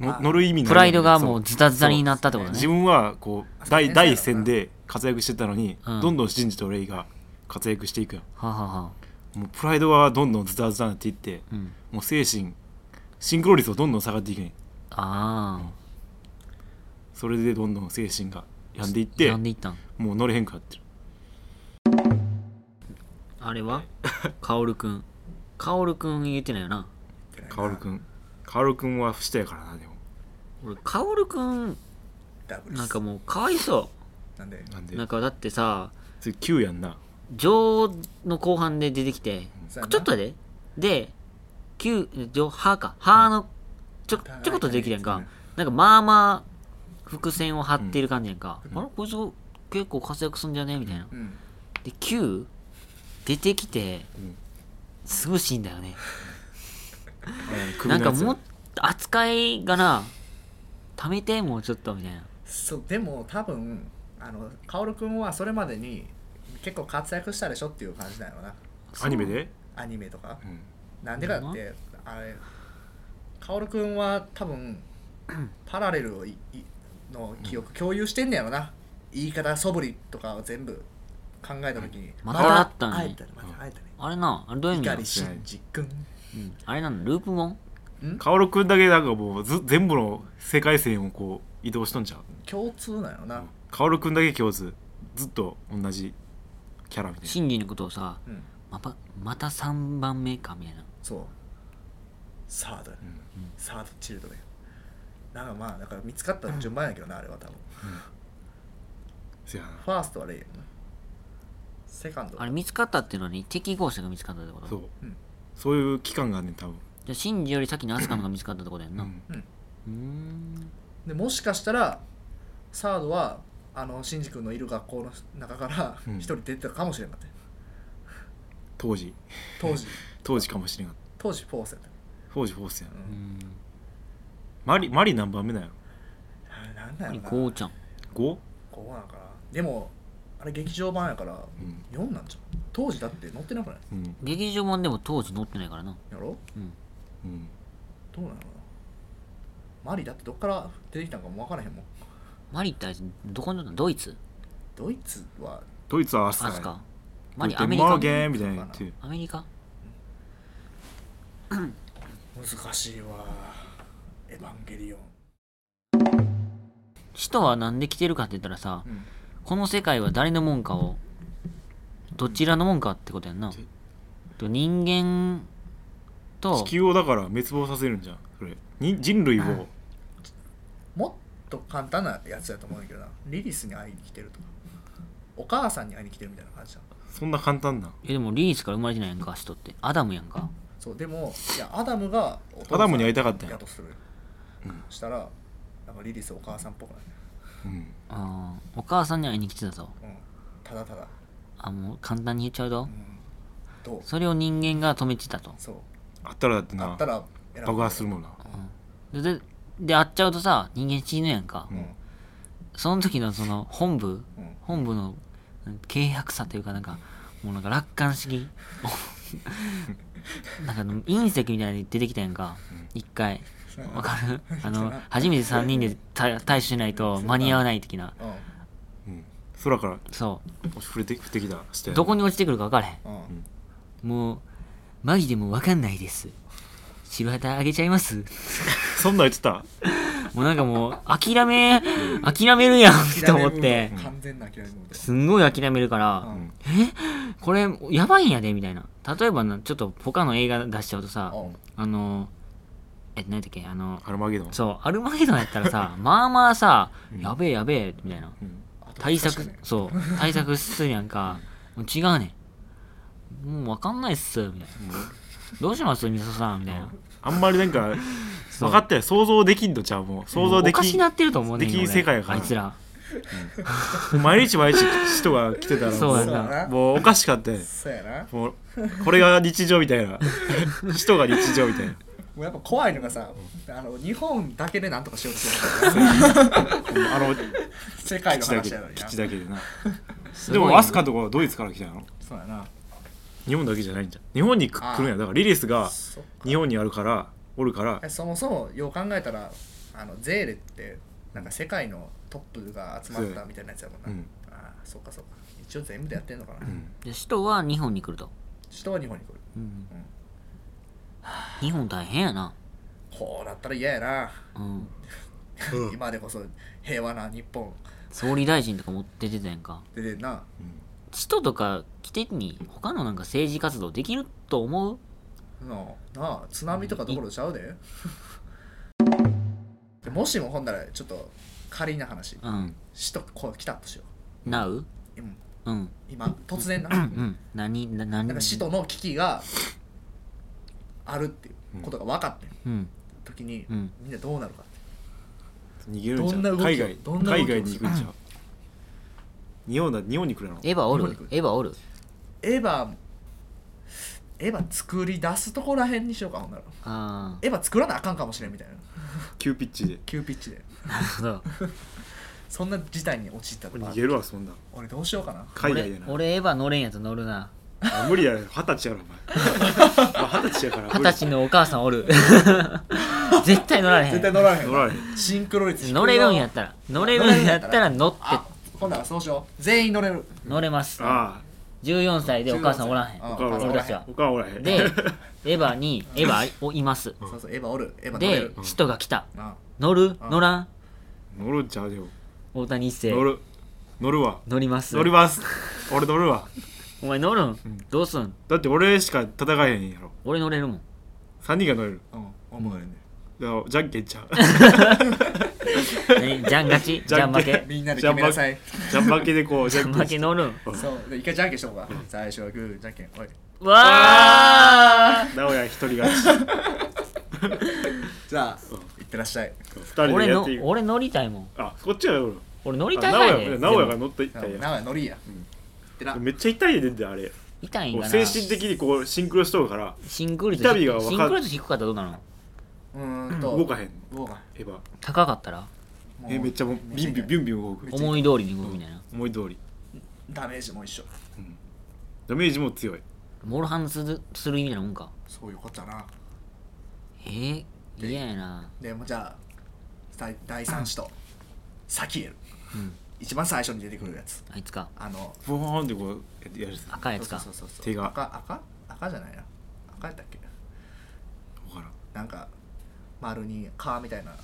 Speaker 3: あ
Speaker 2: の乗る意味ない
Speaker 1: プライドがも
Speaker 2: そう
Speaker 1: ズタズタになったってこと
Speaker 2: う
Speaker 1: ね
Speaker 2: 自分はこ
Speaker 3: あ
Speaker 2: う
Speaker 3: そうね
Speaker 2: 第第一線で活躍してたのに、
Speaker 1: うん
Speaker 2: どんどんシンジとレイが活躍していくやん
Speaker 1: はあはあはあ
Speaker 2: もうプライドはどんどんズタズタになっていって
Speaker 1: うん
Speaker 2: もう精神シンクロ率をどんどん下がっていくねん
Speaker 1: あ
Speaker 2: それでどんどん精神が病んでいっ
Speaker 1: あ
Speaker 2: て
Speaker 1: なんでいったん
Speaker 2: もう乗れへんくなってる
Speaker 1: あれ はカオルくんカオルくん言ってないよな
Speaker 2: カオルくんカオルくんは不死やからなでも
Speaker 1: 俺カオルくん
Speaker 3: ダブルス
Speaker 1: なんかもうかわいそ
Speaker 3: なんで
Speaker 2: なんで
Speaker 1: うなんかだってさ
Speaker 2: 次9やんな
Speaker 1: 女王の後半で出てきて
Speaker 3: そうやな
Speaker 1: ちょっとやでで旧女歯か歯のちょちょこっとできるやんかなんかまあまあ伏線を張ってる感じやんか、
Speaker 2: うん
Speaker 1: あれこいつ結構活躍すんじゃねみたいな
Speaker 3: うん
Speaker 1: で9出てきて、
Speaker 2: うん
Speaker 1: すごいシーンだよね
Speaker 2: 首の
Speaker 1: な
Speaker 2: や
Speaker 1: ん
Speaker 2: つ
Speaker 1: かもっと扱いがな貯めてもうちょっとみたいな
Speaker 3: そうでも多分あの薫君はそれまでに結構活躍したでしょっていう感じだよな
Speaker 2: アニメで、
Speaker 3: アニメとか
Speaker 2: うん
Speaker 3: なんでかってあれ薫君は多分パラレルをいいの記憶共有してんねやろな言い方素振りとかを全部考えた時に
Speaker 1: またあったね
Speaker 3: 会えたねまた会えたね
Speaker 1: あれなあれどういう意味だろ
Speaker 3: 碇シンジ君
Speaker 1: う、うん、あれなのループもん
Speaker 2: カオルくんだけなんかもうず全部の世界線をこう移動しとんちゃう
Speaker 3: 共通なんやろな
Speaker 2: カオルくんだけ共通ずっと同じキャラみたいな
Speaker 1: シンジのことをさ
Speaker 3: うん
Speaker 1: またまた3番目かみたいな
Speaker 3: そうサードやねサードチルドレンなんかまあだから見つかった順番やけどなあれは多分
Speaker 2: せやな
Speaker 3: ファーストはレイやなセカンド
Speaker 1: あれ見つかったっていうのに適合者が見つかったってこと
Speaker 2: そう、
Speaker 3: うん
Speaker 2: そういう期間があんねん多分、
Speaker 1: じゃあシンジより先にアスカムが見つかったってことやん
Speaker 2: う
Speaker 1: なうんーん
Speaker 3: でもしかしたらサードはあのシンジ君のいる学校の中から
Speaker 2: うん
Speaker 3: 一人出てたかもしれんかった、
Speaker 2: 当時
Speaker 3: 当時
Speaker 2: 当時かもしれんが
Speaker 3: 当時フォースやった
Speaker 2: 当時フォースやな、
Speaker 1: うーん
Speaker 2: マリマリ何番目なんやろ
Speaker 3: あれなんなんやろな
Speaker 1: こうちゃん
Speaker 2: 5?
Speaker 3: こうなんかなでもあれ劇場版やから
Speaker 2: うん
Speaker 3: 4なんちゃう当時だって乗ってなくない
Speaker 2: うん
Speaker 1: 劇場版でも当時乗ってないからな
Speaker 3: やろ
Speaker 1: うん
Speaker 2: うん
Speaker 3: どうなのマリだってどっから出てきたんかも分からへんもん
Speaker 1: マリってあいつどこに乗ったのドイツ
Speaker 3: ドイツは
Speaker 2: ドイツはアスカ
Speaker 1: ア
Speaker 2: や
Speaker 1: スカマ
Speaker 2: マ
Speaker 1: リ
Speaker 2: リ
Speaker 1: アメ
Speaker 2: アメ
Speaker 1: リ
Speaker 2: リ
Speaker 1: カ
Speaker 2: カゲーみたいなっていう
Speaker 1: アメリカ
Speaker 3: 難しいわエヴァンゲリオン、
Speaker 1: 使徒はなんで来てるかって言ったらさ
Speaker 3: うん、
Speaker 1: この世界は誰のもんかをどちらのもんかってことやんな
Speaker 2: ち
Speaker 1: と人間と
Speaker 2: 地球をだから滅亡させるんじゃんそれに人類を
Speaker 3: もっと簡単なやつやと思うんだけどなリリスに会いに来てるとかお母さんに会いに来てるみたいな感じだ
Speaker 2: そんな簡単な
Speaker 1: えでもリースから生まれてないやんか人ってアダムやんか
Speaker 3: そうでもいやアダムがお父さん
Speaker 2: アダムに会いたかったんや
Speaker 3: やとする、したらなんかリリスお母さんっぽくない、
Speaker 2: うん
Speaker 1: あーお母さんに会いに来てたぞ
Speaker 3: うん、ただただ、
Speaker 1: あもう簡単に言っちゃうと
Speaker 3: うん、どう
Speaker 1: それを人間が止めてたと
Speaker 3: そう
Speaker 2: あったらだっ
Speaker 3: あ
Speaker 2: てな
Speaker 3: ったら選ぶ
Speaker 2: 爆破するもんな
Speaker 1: ででで会っちゃうとさ人間死ぬやんか、
Speaker 3: うん
Speaker 1: その時のその本部、
Speaker 3: うん
Speaker 1: 本部のうん軽薄さというかなんかもうなんか楽観式なんかあの隕石みたいに出てきたやんか、
Speaker 2: ん
Speaker 1: 一回わか るあ
Speaker 3: そう
Speaker 1: の
Speaker 3: やな
Speaker 1: 初めて3人で対対処しないと間に合わない的な
Speaker 3: うん
Speaker 2: うん、空から
Speaker 1: そ
Speaker 2: 降って降ってきたして
Speaker 1: うどこに落ちてくるか分からへ
Speaker 3: うん
Speaker 1: んもうマジでもう分かんないです白旗あげちゃいます
Speaker 2: そんなん言ってた
Speaker 1: もうなんかもう諦め諦めるやんと思っ
Speaker 3: 諦める
Speaker 1: て
Speaker 3: もん完全な諦めるもんです
Speaker 1: んごい諦めるから、
Speaker 3: うん
Speaker 1: これやばいんやでみたいな例えばなちょっと他の映画出しちゃうとさ
Speaker 3: うん
Speaker 1: あのえ何だっけあの
Speaker 2: アルマゲドン
Speaker 1: そうアルマゲドンやったらさ まあまあさ
Speaker 2: うん
Speaker 1: やべえやべえみたいな
Speaker 2: うん
Speaker 1: 対
Speaker 3: あと確
Speaker 1: 策
Speaker 3: かに
Speaker 1: そう対策するやんかもう違うねんもう分かんないっすみたいなどうしますみそさんみたいな
Speaker 2: あんまりなんか
Speaker 1: そう
Speaker 2: 分かったよ想像できんのちゃうもう想像で
Speaker 1: もうおか
Speaker 2: き
Speaker 1: し
Speaker 2: ん
Speaker 1: なってると思うねん
Speaker 2: できん
Speaker 1: 俺
Speaker 2: 世界やから
Speaker 1: あいつら
Speaker 2: 毎日毎日人が来てたら
Speaker 1: そうやな
Speaker 2: ももうおかしかったよ
Speaker 3: そうやな
Speaker 2: もうこれが日常みたいな人が日常みたいな
Speaker 3: もうやっぱ怖いのがさあの日本だけでなんとかしようとす る
Speaker 2: あの
Speaker 3: 世界の
Speaker 2: 基地だけ
Speaker 3: 話
Speaker 2: で
Speaker 3: やのに
Speaker 2: 基
Speaker 3: な
Speaker 2: 地だけでな
Speaker 1: す
Speaker 2: で
Speaker 1: ごい
Speaker 2: も
Speaker 1: ね
Speaker 2: アスカとかはドイツから来たんやろ
Speaker 3: そうやな
Speaker 2: 日本だけじゃないんじゃん日本にく
Speaker 3: あー
Speaker 2: 来るんやだからリリースが
Speaker 3: そっか
Speaker 2: 日本にあるからおるから
Speaker 3: えそもそもよう考えたらあのゼーレってなんか世界のトップが集まったみたいなやつやもんな、
Speaker 2: うん
Speaker 3: ああそっかそっか一応全部でやってんのかな、
Speaker 2: うん
Speaker 1: で首都は日本に来ると、
Speaker 3: 人は日本に来る
Speaker 1: うん日本大変やな
Speaker 3: こうなったら嫌やな、
Speaker 1: うん
Speaker 3: 今でこそ平和な日本
Speaker 1: 総理大臣とか持って出てたやんか
Speaker 3: でてんな
Speaker 1: 首都とか起点に他のなんか政治活動できると思う
Speaker 3: なあなあ津波とかどころちゃう ででもしもほんならちょっと仮な話
Speaker 1: うん
Speaker 3: 死とこう来たとしよ
Speaker 1: Now?
Speaker 3: ううん
Speaker 1: うん
Speaker 3: 今突然な
Speaker 1: うん何な何
Speaker 3: なんか死との危機があるっていうことが分かってる
Speaker 1: うん
Speaker 3: 時に、
Speaker 1: うん
Speaker 3: みんなどうなるかって
Speaker 2: 逃げるんじゃ
Speaker 3: どん
Speaker 2: ん
Speaker 3: な動きを
Speaker 2: 海外
Speaker 3: どんな動きを
Speaker 2: 海外に行くんじゃん日本だ日本に来るの
Speaker 1: エヴァおる
Speaker 3: 日本に来る
Speaker 1: エヴァおる
Speaker 3: エヴァエヴァ作り出すとこらへんにしようかほんなら
Speaker 1: あ
Speaker 3: エヴァ作らなあかんかもしれんみたいな
Speaker 2: 急ピッチで
Speaker 3: 急ピッチで
Speaker 1: あなるほど
Speaker 3: そんな事態に陥ったとか
Speaker 2: 逃げるわそんなん
Speaker 3: 俺どうしようかな
Speaker 2: 海外で
Speaker 1: 俺
Speaker 2: な
Speaker 1: 俺エヴァ乗れんやと乗るな
Speaker 2: あ無理やろ二十歳やろお前まあ二十歳やから無
Speaker 1: 二
Speaker 2: 理
Speaker 1: 十歳のお母さんおる 絶対乗られへ
Speaker 3: 絶対
Speaker 1: ん
Speaker 3: 乗らへん
Speaker 2: 乗られへん
Speaker 3: シンクロ率低いよ
Speaker 1: 乗れるんやったら乗れるんやったら乗って
Speaker 3: あ今度はそうしよう全員乗れる
Speaker 1: 乗れます
Speaker 2: あ
Speaker 1: 14歳でお母さんおらんへん
Speaker 3: 14
Speaker 2: あおかんお
Speaker 1: 俺た
Speaker 2: らへ
Speaker 1: ち
Speaker 2: ん
Speaker 1: は
Speaker 2: おかんおらへん
Speaker 1: でエヴァにエヴァおいます
Speaker 3: そうそうエヴァおるエヴァ乗れ
Speaker 1: で
Speaker 3: る
Speaker 1: 使徒が来た
Speaker 3: あ
Speaker 1: 乗る
Speaker 3: あ
Speaker 1: 乗らん
Speaker 2: 乗るんちゃうよ
Speaker 1: 大谷一世
Speaker 2: 乗る乗るわ
Speaker 1: 乗ります
Speaker 2: 乗ります俺乗るわ
Speaker 1: お前乗るん、どうすん
Speaker 2: だって俺しか戦えへんやろ
Speaker 1: 俺乗れるもん
Speaker 2: 三人が乗れる
Speaker 3: うん思うよね
Speaker 2: だからじゃんけんちゃ う
Speaker 1: 何じゃん勝ちじ
Speaker 2: じゃ
Speaker 1: ゃ
Speaker 2: ん
Speaker 1: ん
Speaker 2: けん
Speaker 1: 負け
Speaker 3: みんなで決めなさい
Speaker 2: じゃん負けでこうじ
Speaker 1: じゃ
Speaker 2: ゃん
Speaker 1: ん
Speaker 2: けん
Speaker 1: 負
Speaker 2: して
Speaker 1: け乗るん
Speaker 3: そうで一回じゃんけんしようか最初はグーじゃんけんおい
Speaker 1: わー
Speaker 2: 名古屋一人勝ち
Speaker 3: じゃあいってらっしゃい
Speaker 2: 二人
Speaker 1: 俺
Speaker 2: でや
Speaker 1: の
Speaker 2: っていく
Speaker 1: 俺乗りたいもん
Speaker 2: あこっちはよ
Speaker 1: 俺乗り
Speaker 2: あ
Speaker 1: たい
Speaker 2: 名
Speaker 1: かい
Speaker 2: 古
Speaker 1: ね
Speaker 2: 屋名古屋が乗っていったんや
Speaker 3: なあ乗りやでな
Speaker 2: めっちゃ痛いねんであれ
Speaker 1: 痛いん
Speaker 2: こう
Speaker 1: かな
Speaker 2: 精神的にこうシンクロしとるから
Speaker 1: シンクル
Speaker 2: 痛みが分か
Speaker 1: シンクル率低かったらどうなの
Speaker 3: うーんと
Speaker 2: 動かへん
Speaker 3: 動か
Speaker 2: エヴァ
Speaker 1: 高かったら
Speaker 3: へん
Speaker 2: えめっちゃもうビンビンビュンビュン動く
Speaker 3: めっちゃ
Speaker 1: 思い通りに動くみたいな
Speaker 2: 思い通り
Speaker 3: ダメージも一緒
Speaker 2: ダメージも強い
Speaker 1: モルハンするする意味なもんか
Speaker 3: そういうことだな
Speaker 1: えー、嫌やな
Speaker 3: でもうじゃあ第第三子とサキエル
Speaker 1: うん
Speaker 3: 一番最初に出てくるやつ
Speaker 1: あいつか
Speaker 3: あの
Speaker 2: ボーンってこうやるやつわ
Speaker 1: 赤いやつか
Speaker 3: そうそうそうそう
Speaker 2: 手が
Speaker 3: 赤赤赤じゃないな赤やったっけ
Speaker 2: からん
Speaker 3: なんか丸に川みたいな
Speaker 1: う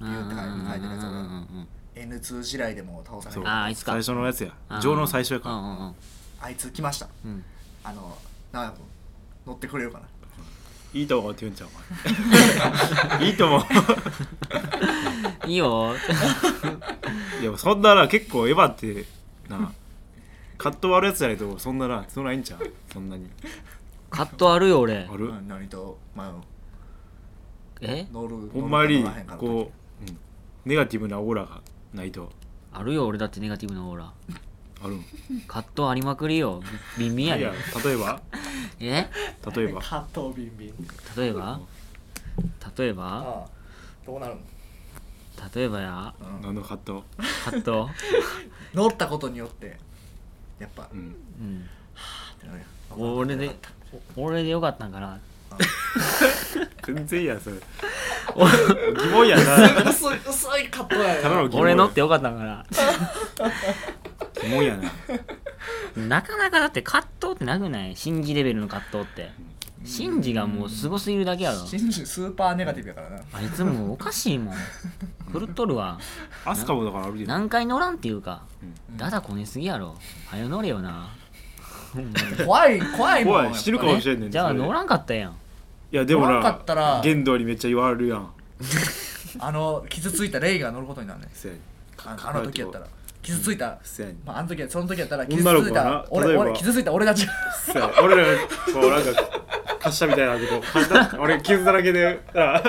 Speaker 3: ビ
Speaker 1: んうん
Speaker 3: ュー
Speaker 1: う
Speaker 3: っ
Speaker 1: ん
Speaker 3: て書いてるやつ
Speaker 1: うんう
Speaker 3: が
Speaker 1: ん
Speaker 3: N2 地雷でも倒され
Speaker 2: そう
Speaker 3: る
Speaker 1: あ
Speaker 3: あ
Speaker 1: ーいつか
Speaker 2: 最初のやつや
Speaker 1: うん
Speaker 2: 情の最初や
Speaker 1: う
Speaker 2: か
Speaker 1: んうんうん
Speaker 3: いつ来ました
Speaker 1: うん
Speaker 3: あのなあ乗ってくれるかな
Speaker 2: らいいと思うって言うんちゃうお前いいと思う
Speaker 1: いいよ
Speaker 2: いやそんなな結構エヴァってなカット割るやつじゃないとそんななそんないんちゃうそんなに
Speaker 1: カットあるよ俺
Speaker 2: ある
Speaker 3: うん何とまあ
Speaker 1: え
Speaker 3: 乗る
Speaker 2: ほんまに
Speaker 3: 乗るか乗らへんかの時
Speaker 2: こう、うんネガティブなオーラがないと
Speaker 1: あるよ俺だってネガティブなオーラ
Speaker 2: あるん
Speaker 1: カットありまくりよビンビンや
Speaker 2: い
Speaker 1: で
Speaker 2: や例えば
Speaker 1: え
Speaker 2: 例えば
Speaker 3: カットビンビン
Speaker 1: 例えば例え
Speaker 3: あ
Speaker 1: ば
Speaker 3: あどうなるの
Speaker 1: 例えばや
Speaker 2: 何のカット、
Speaker 1: カット
Speaker 3: 乗ったことによってやっぱ
Speaker 2: うん、
Speaker 1: うん
Speaker 3: ってなるやん
Speaker 1: 俺で俺でよかったんかな
Speaker 2: 全然やそれ疑問や な
Speaker 3: 薄い薄いカットや
Speaker 2: ただ
Speaker 3: な
Speaker 2: の疑問
Speaker 1: 俺
Speaker 2: や
Speaker 1: のってよかったんかな
Speaker 2: 疑問やな
Speaker 1: なかなかだって葛藤ってなくない信じレベルの葛藤って信じがもうすごすぎるだけやろ
Speaker 3: 真珠スーパーネガティブやからな
Speaker 1: あいつもうおかしいもん狂っとるわ
Speaker 2: アスカもだからあるじゃん
Speaker 1: 何回乗らんっていうか
Speaker 2: う
Speaker 1: だだこねすぎやろはよ乗れよな
Speaker 3: 怖い怖いもん
Speaker 2: 怖い死ぬか
Speaker 3: やっ
Speaker 2: もしれんねん
Speaker 1: じゃあ乗
Speaker 2: ら
Speaker 1: らんかった やん
Speaker 2: いやでも
Speaker 3: 乗らんかったら
Speaker 2: な言動にめっちゃ言われるやん
Speaker 3: ぱねあの傷ついたレイが乗ることになるね
Speaker 2: せやね
Speaker 3: あのあの時やったら傷ついた、
Speaker 2: せやね
Speaker 3: まあ、あの時やその時やったら傷つ
Speaker 2: 女の
Speaker 3: い
Speaker 2: 子がな
Speaker 3: た俺
Speaker 2: 例えば
Speaker 3: 俺傷ついた俺たち
Speaker 2: せや俺らがこうなんか滑車みたいなとこ滑車俺傷だらけで あ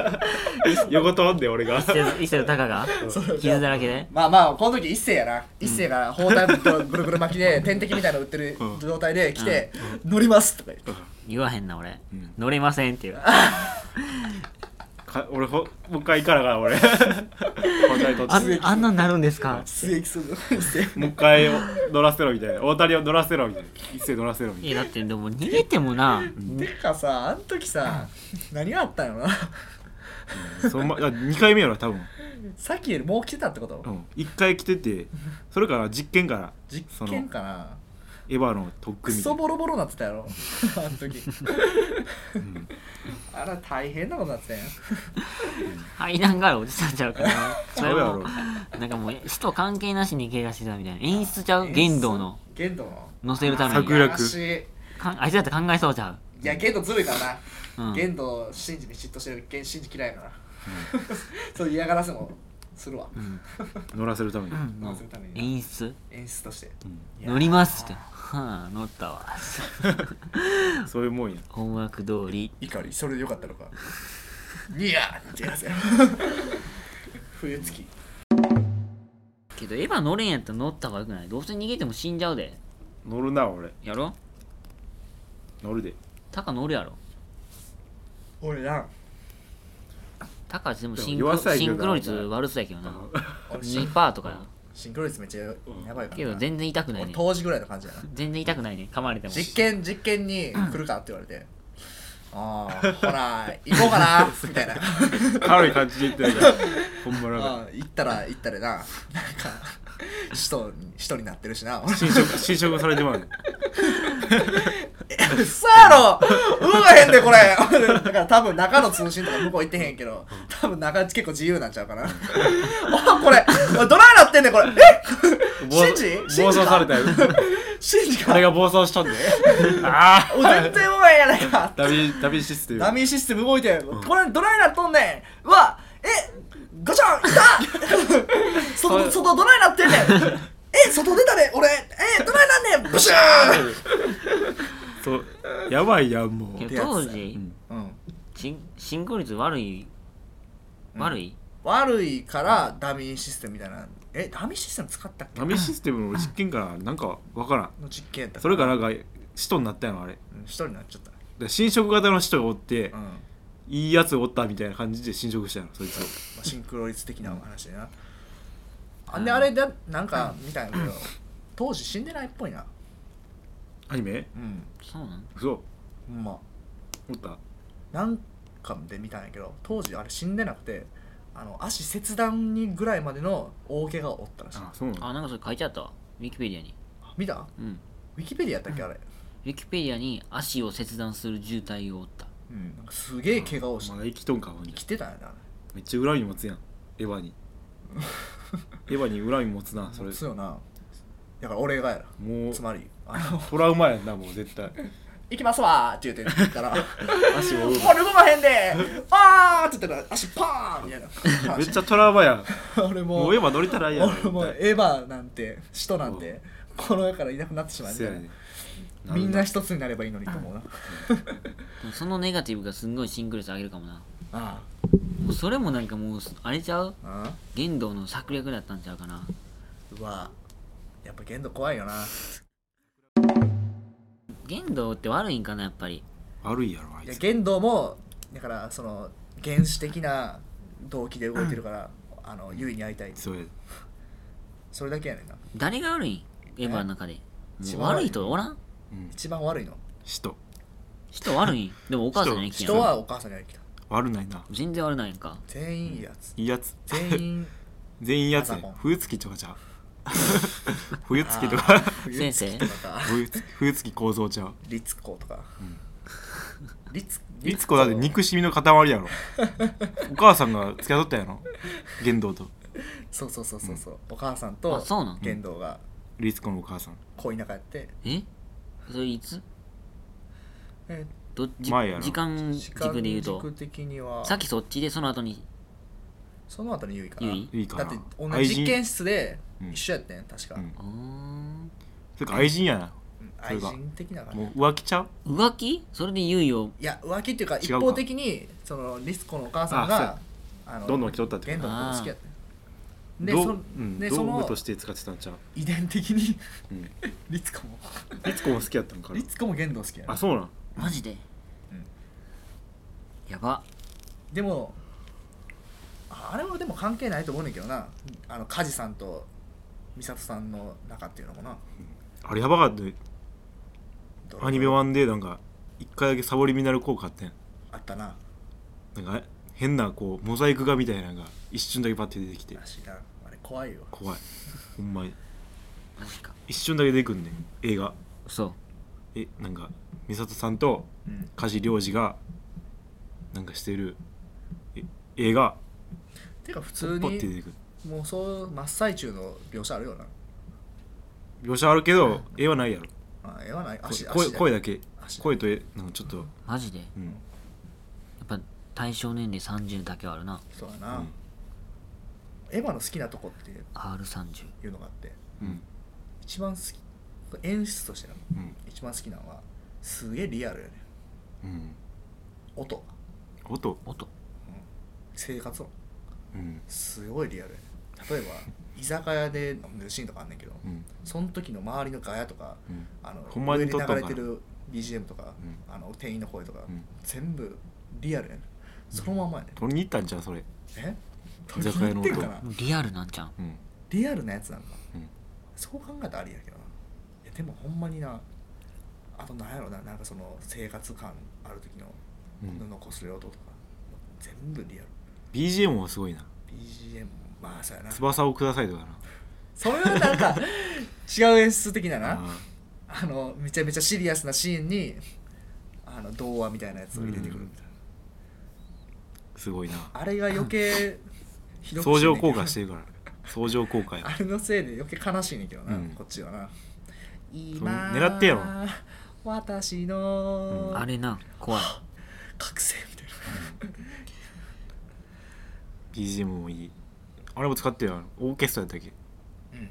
Speaker 2: 横飛んで俺が
Speaker 1: 伊勢の高が傷だらけで
Speaker 3: まあまあこの時一世やな一世が包帯ぶぐるぐる巻きで点滴みたいなの売ってる
Speaker 2: うん
Speaker 3: 状態で来て「乗ります」とか言って
Speaker 1: 言わへんな俺
Speaker 2: うん
Speaker 1: 乗れませんっていう
Speaker 2: か俺ほもう一回行かなあから俺こんなに撮って
Speaker 1: あんあんなんなるんですか
Speaker 3: 出撃する一世
Speaker 2: もう一回乗らせろみたいな大谷を乗らせろみたいな一斉乗らせろみたい
Speaker 1: いやだってでも逃げてもな
Speaker 3: てかさあの時さ何があったんやろな
Speaker 2: なそのま2回目やろ多分、
Speaker 3: さっきよりもう来てたってこと
Speaker 2: うん、1回来ててそれから実験から
Speaker 3: 実
Speaker 2: その
Speaker 3: 験かな
Speaker 2: エヴァの特
Speaker 3: ク
Speaker 2: 訓みた
Speaker 3: ソ
Speaker 2: いな
Speaker 3: ボロボロなってたやろ あの時あら大変なことなってたやん
Speaker 1: 階段があるおじさんちゃうからな それ
Speaker 2: そうやろ
Speaker 1: もなんかもう死と関係なしに怪我してたみたいな演出ちゃう言動の
Speaker 3: 言動の
Speaker 1: 乗せるために
Speaker 2: 桜楽
Speaker 3: 悲しい
Speaker 1: かあいつだって考えそうちゃ
Speaker 3: いや、ゲンドずるいから
Speaker 1: う
Speaker 3: な。
Speaker 1: ん
Speaker 3: ゲンド、シンジに嫉妬してる。ゲン、シンジ嫌いやから。 そういう嫌がらせもするわ。
Speaker 1: う、うん
Speaker 2: 乗らせるため
Speaker 1: う
Speaker 2: に、
Speaker 1: ん、
Speaker 3: 乗せるためにな
Speaker 1: 演出
Speaker 3: 演出として。いやー
Speaker 1: 乗りますってはあ乗ったわ
Speaker 2: そういうもんや
Speaker 1: 音楽通り
Speaker 3: 怒り、それでよかったのか。ニヤーってやつや。冬月。
Speaker 1: けどエヴァ乗れんやったら乗った方がよくないどうせ逃げても死んじゃうで
Speaker 2: 乗るな俺
Speaker 1: やろ
Speaker 2: 乗るで
Speaker 1: タカ乗るやろ
Speaker 3: 俺な、
Speaker 1: タカでもシン
Speaker 2: でも
Speaker 1: クロ
Speaker 2: 弱さやけ
Speaker 1: シ
Speaker 2: どな
Speaker 1: ンクロ率悪そうやけどな
Speaker 3: 俺シン
Speaker 1: 2%とかや
Speaker 3: シンクロ率めっちゃやばいからな。
Speaker 1: けど全然痛くない
Speaker 3: 俺
Speaker 1: ね
Speaker 3: 当時ぐらいの感じやな。
Speaker 1: 全然痛くないね噛まれても
Speaker 3: 実験、実験に来るかって言われて。ああ、ほら、行こうか な、みたいな。
Speaker 2: 軽い感じで言ってないからほんまなんか
Speaker 3: あー行ったら行ったらななんか使徒に使徒になってるしな
Speaker 2: 侵食侵食されてまうね
Speaker 3: 嘘やろうまへんでこれだから多分中の通信とか向こう行ってへんけど多分中結構自由なんちゃうかなあこれおいどないなってんねんこれえ
Speaker 2: 暴
Speaker 3: シンジシ
Speaker 2: 暴
Speaker 3: ンジ
Speaker 2: 走
Speaker 3: か
Speaker 2: されたよ
Speaker 3: シンジか
Speaker 2: あれが暴走しとんであ
Speaker 3: お全然うまいやないか
Speaker 2: ダビダビシステム
Speaker 3: ダミーシステム動いてる、これどないなっとんねんうわえガチャンいた 外外どないなってんねんえ外出たね俺えどないなんねんブシュー
Speaker 2: そうやばいやんも
Speaker 1: け
Speaker 2: う、
Speaker 1: ど当時
Speaker 2: うん
Speaker 3: うん
Speaker 1: シンシンクロ率悪い悪い、
Speaker 3: 悪いからダミーシステムみたいなえダミーシステム使ったっけ
Speaker 2: ダミーシステムの実験からなんかわからん
Speaker 3: の実験やった
Speaker 2: それかららなんか使徒になったやんあれ
Speaker 3: うん一人になっちゃった
Speaker 2: で侵食型の人がおって、
Speaker 3: うん、ま
Speaker 2: いいやつおったみたいな感じで侵食したのそいつを
Speaker 3: あ、シンクロ率的な話でなあんであれだなんか見たんやけど当時死んでないっぽいな
Speaker 2: アニメ
Speaker 3: うん
Speaker 1: そうなん
Speaker 2: 嘘
Speaker 3: ほんま
Speaker 2: おった
Speaker 3: なんかで見たんやけど当時あれ死んでなくてあの足切断にぐらいまでの大怪我を負ったらしい
Speaker 2: あそうなの
Speaker 1: あなんかそれ書いてあったわウィキペディアに
Speaker 3: 見た
Speaker 1: うん
Speaker 3: ウィキペディアやったっけあれ
Speaker 1: ウィキペディアに足を切断する渋滞を負った
Speaker 3: うんなんかすげえ怪我をし
Speaker 2: ま
Speaker 3: て
Speaker 2: だ生きとんかほん
Speaker 3: 生
Speaker 2: じゃ
Speaker 3: きてたんやな
Speaker 2: めっちゃ恨み持つやんエヴァにエヴァに恨み持つなそれ
Speaker 3: そうよなだから俺がやな
Speaker 2: もう
Speaker 3: つまりあ の
Speaker 2: トラウマやんなもう絶対
Speaker 3: 行きますわーって言うて言ったら「も
Speaker 2: 足を折る
Speaker 3: う動かへんであー!」って言ったら足パーンみたいな
Speaker 2: めっちゃトラウマやん
Speaker 3: 俺も
Speaker 2: もうエヴァ乗りたらいいやん
Speaker 3: 俺 も
Speaker 2: 絶
Speaker 3: エヴァなんて使徒なんてこの世からいなくなってしま
Speaker 2: 対
Speaker 3: うみ
Speaker 2: せ
Speaker 3: た
Speaker 2: や
Speaker 3: いな、
Speaker 2: ね
Speaker 3: みんな一つになればいいのにと思うな
Speaker 1: でもそのネガティブがすんごいシンクロ率上げるかもな
Speaker 3: あ
Speaker 1: もうそれもなんかもうあれちゃう
Speaker 3: あああ
Speaker 1: 言動の策略だったんちゃうかな
Speaker 3: うわやっぱ限度怖いよな
Speaker 1: 言動って悪いんかなやっぱり
Speaker 2: 悪いやろあ
Speaker 3: い
Speaker 2: い
Speaker 3: や
Speaker 2: つ
Speaker 3: 限度もだからその原始的な動機で動いてるから、あのユイに会いたい
Speaker 2: そうや
Speaker 3: それだけやねんな
Speaker 1: 誰が悪いんエヴァの中で
Speaker 3: 一
Speaker 1: もう
Speaker 3: 番悪い
Speaker 1: 悪い人おらん
Speaker 2: うん
Speaker 3: 一番悪いの
Speaker 2: 使徒
Speaker 1: 人悪いんでもお母さんに来てん
Speaker 3: 人
Speaker 1: やろ
Speaker 3: はお母さんに会いに来た
Speaker 2: 悪ないな
Speaker 1: 全然悪ないやんか
Speaker 3: 全員いいやつ
Speaker 2: いいやつ
Speaker 3: 全員
Speaker 2: 全員いいやつ
Speaker 3: 朝も
Speaker 2: 冬月とかじゃ う冬月とか
Speaker 1: 先生
Speaker 3: とか
Speaker 2: 冬月冬月構造ちゃう
Speaker 3: リツコとか、リツ
Speaker 2: いつこだって憎しみの塊やろお母さんが付き合っとったやろ玄道と
Speaker 3: そうそうそうそうそう、お母さん
Speaker 1: あ
Speaker 3: と
Speaker 1: そうなん
Speaker 3: 玄道が
Speaker 2: リツコのお母さん
Speaker 3: 恋仲やって、
Speaker 1: えそれいつ
Speaker 3: え
Speaker 1: どじ
Speaker 2: 前やろ
Speaker 1: 時間
Speaker 3: 時間
Speaker 1: 軸で言うと
Speaker 3: 軸的には
Speaker 1: さっきそっちでその後に
Speaker 3: その後にユイか
Speaker 1: ユ
Speaker 3: な
Speaker 1: イ
Speaker 2: いいか
Speaker 3: だ
Speaker 2: な
Speaker 3: って同じ実験室で
Speaker 2: うん
Speaker 3: 一緒やってん確か、
Speaker 2: うん
Speaker 1: うーん
Speaker 2: それか愛人やな
Speaker 3: うん
Speaker 2: それ
Speaker 3: 愛
Speaker 2: が
Speaker 3: 人的な感じ
Speaker 2: もう浮気ちゃう
Speaker 1: 浮気それでゆいを
Speaker 3: いや浮気っていうか
Speaker 2: 違う
Speaker 3: 一
Speaker 2: か
Speaker 3: 方的にそのリスコのお母さんがあの
Speaker 2: どんどん来とったってこと
Speaker 3: 玄道のこと好きやってんで
Speaker 2: どう
Speaker 3: そ,、
Speaker 2: うん
Speaker 3: で
Speaker 2: 道
Speaker 3: その
Speaker 2: 具として使ってたんちゃう、
Speaker 3: 遺伝的に
Speaker 2: うん、
Speaker 3: リツコも
Speaker 2: リツコも好きやったんかな
Speaker 3: リツコも玄道好きやね
Speaker 2: あそうなん
Speaker 1: マジで、
Speaker 3: うん
Speaker 1: やば
Speaker 3: でもああれはでも関係ないと思うねんけどなあの梶さんと美里さんの仲っていうのもな
Speaker 2: あれやばかったよ
Speaker 3: どう
Speaker 2: アニメワンでなんか一回だけサボリミナル効果あってん
Speaker 3: あったな
Speaker 2: なんか変なこうモザイク画みたいなのが一瞬だけパッて出てきて
Speaker 3: らしいなあれ怖いよ
Speaker 2: 怖いほんまに
Speaker 1: マジか
Speaker 2: 一瞬だけ出てくんねん映画
Speaker 1: そう
Speaker 2: えなんか美里さんと
Speaker 3: うん
Speaker 2: 梶良二がなんかしてるえ映画
Speaker 3: てか普
Speaker 2: ポ
Speaker 3: 通
Speaker 2: ッて出
Speaker 3: に
Speaker 2: てくる
Speaker 3: もうそう真っ最中の描写あるよな
Speaker 2: 描写あるけど絵はないやろ
Speaker 3: あええわない足
Speaker 2: 声
Speaker 3: 足で
Speaker 2: 声だけ
Speaker 3: 足で
Speaker 2: 声と絵なんかちょっと
Speaker 1: マジでや
Speaker 2: うん
Speaker 1: っぱ対象年齢30だけはあるな
Speaker 3: そうや
Speaker 2: う
Speaker 3: なんエヴァの好きなとこって
Speaker 1: R30
Speaker 3: いうのがあって
Speaker 2: うん
Speaker 3: 一番好き演出としての
Speaker 2: うん
Speaker 3: 一番好きなのはすげえリアルやね
Speaker 2: うん
Speaker 3: 音が
Speaker 2: 音
Speaker 1: 音
Speaker 3: 生活音
Speaker 2: うん
Speaker 3: すごいリアルやね例 えば居酒屋で飲んでるシーンとかあんねんけど
Speaker 2: うん
Speaker 3: その時の周りのガヤとか
Speaker 2: うん
Speaker 3: あの
Speaker 2: ほんま
Speaker 3: 上
Speaker 2: に
Speaker 3: に
Speaker 2: 撮
Speaker 3: 流
Speaker 2: ったんかな
Speaker 3: れてる BGM とか、
Speaker 2: う
Speaker 3: あの店員の声とか、
Speaker 2: うん
Speaker 3: 全部リアルやねそのまんまやね、
Speaker 2: 取りに行ったんじゃんそれ
Speaker 3: え
Speaker 2: 居酒屋の
Speaker 3: 撮りに行
Speaker 2: 音
Speaker 3: ってんかな
Speaker 1: リアルなんじゃん
Speaker 2: うん
Speaker 3: リアルなやつなんか
Speaker 2: うん
Speaker 3: そう考えたらありやけどないやでもほんまになあとなんやろななんかその生活感ある時の
Speaker 2: うん
Speaker 3: 布こすれ音とか、全部リアル
Speaker 2: BGM もすごいな
Speaker 3: BGM まあそうやなそ
Speaker 2: 翼をくださいとかな
Speaker 3: れはなん か違う演出的なな
Speaker 2: あ
Speaker 3: あのめちゃめちゃシリアスなシーンにあの童話みたいなやつを入れてくるみたいな、
Speaker 2: ーすごいな
Speaker 3: あれが余計ひどく
Speaker 2: 相乗
Speaker 3: ねんけど
Speaker 2: 効果してるから相乗効果や
Speaker 3: あれのせいで余計悲しいねんけどな、
Speaker 2: うん
Speaker 3: こっちはな
Speaker 2: う
Speaker 3: 今
Speaker 2: 狙ってやろ
Speaker 3: 私の、
Speaker 1: あれな怖い
Speaker 3: 覚醒みたいな
Speaker 2: BGM もいいあれも使ってるよオーケストラやったっけ
Speaker 3: う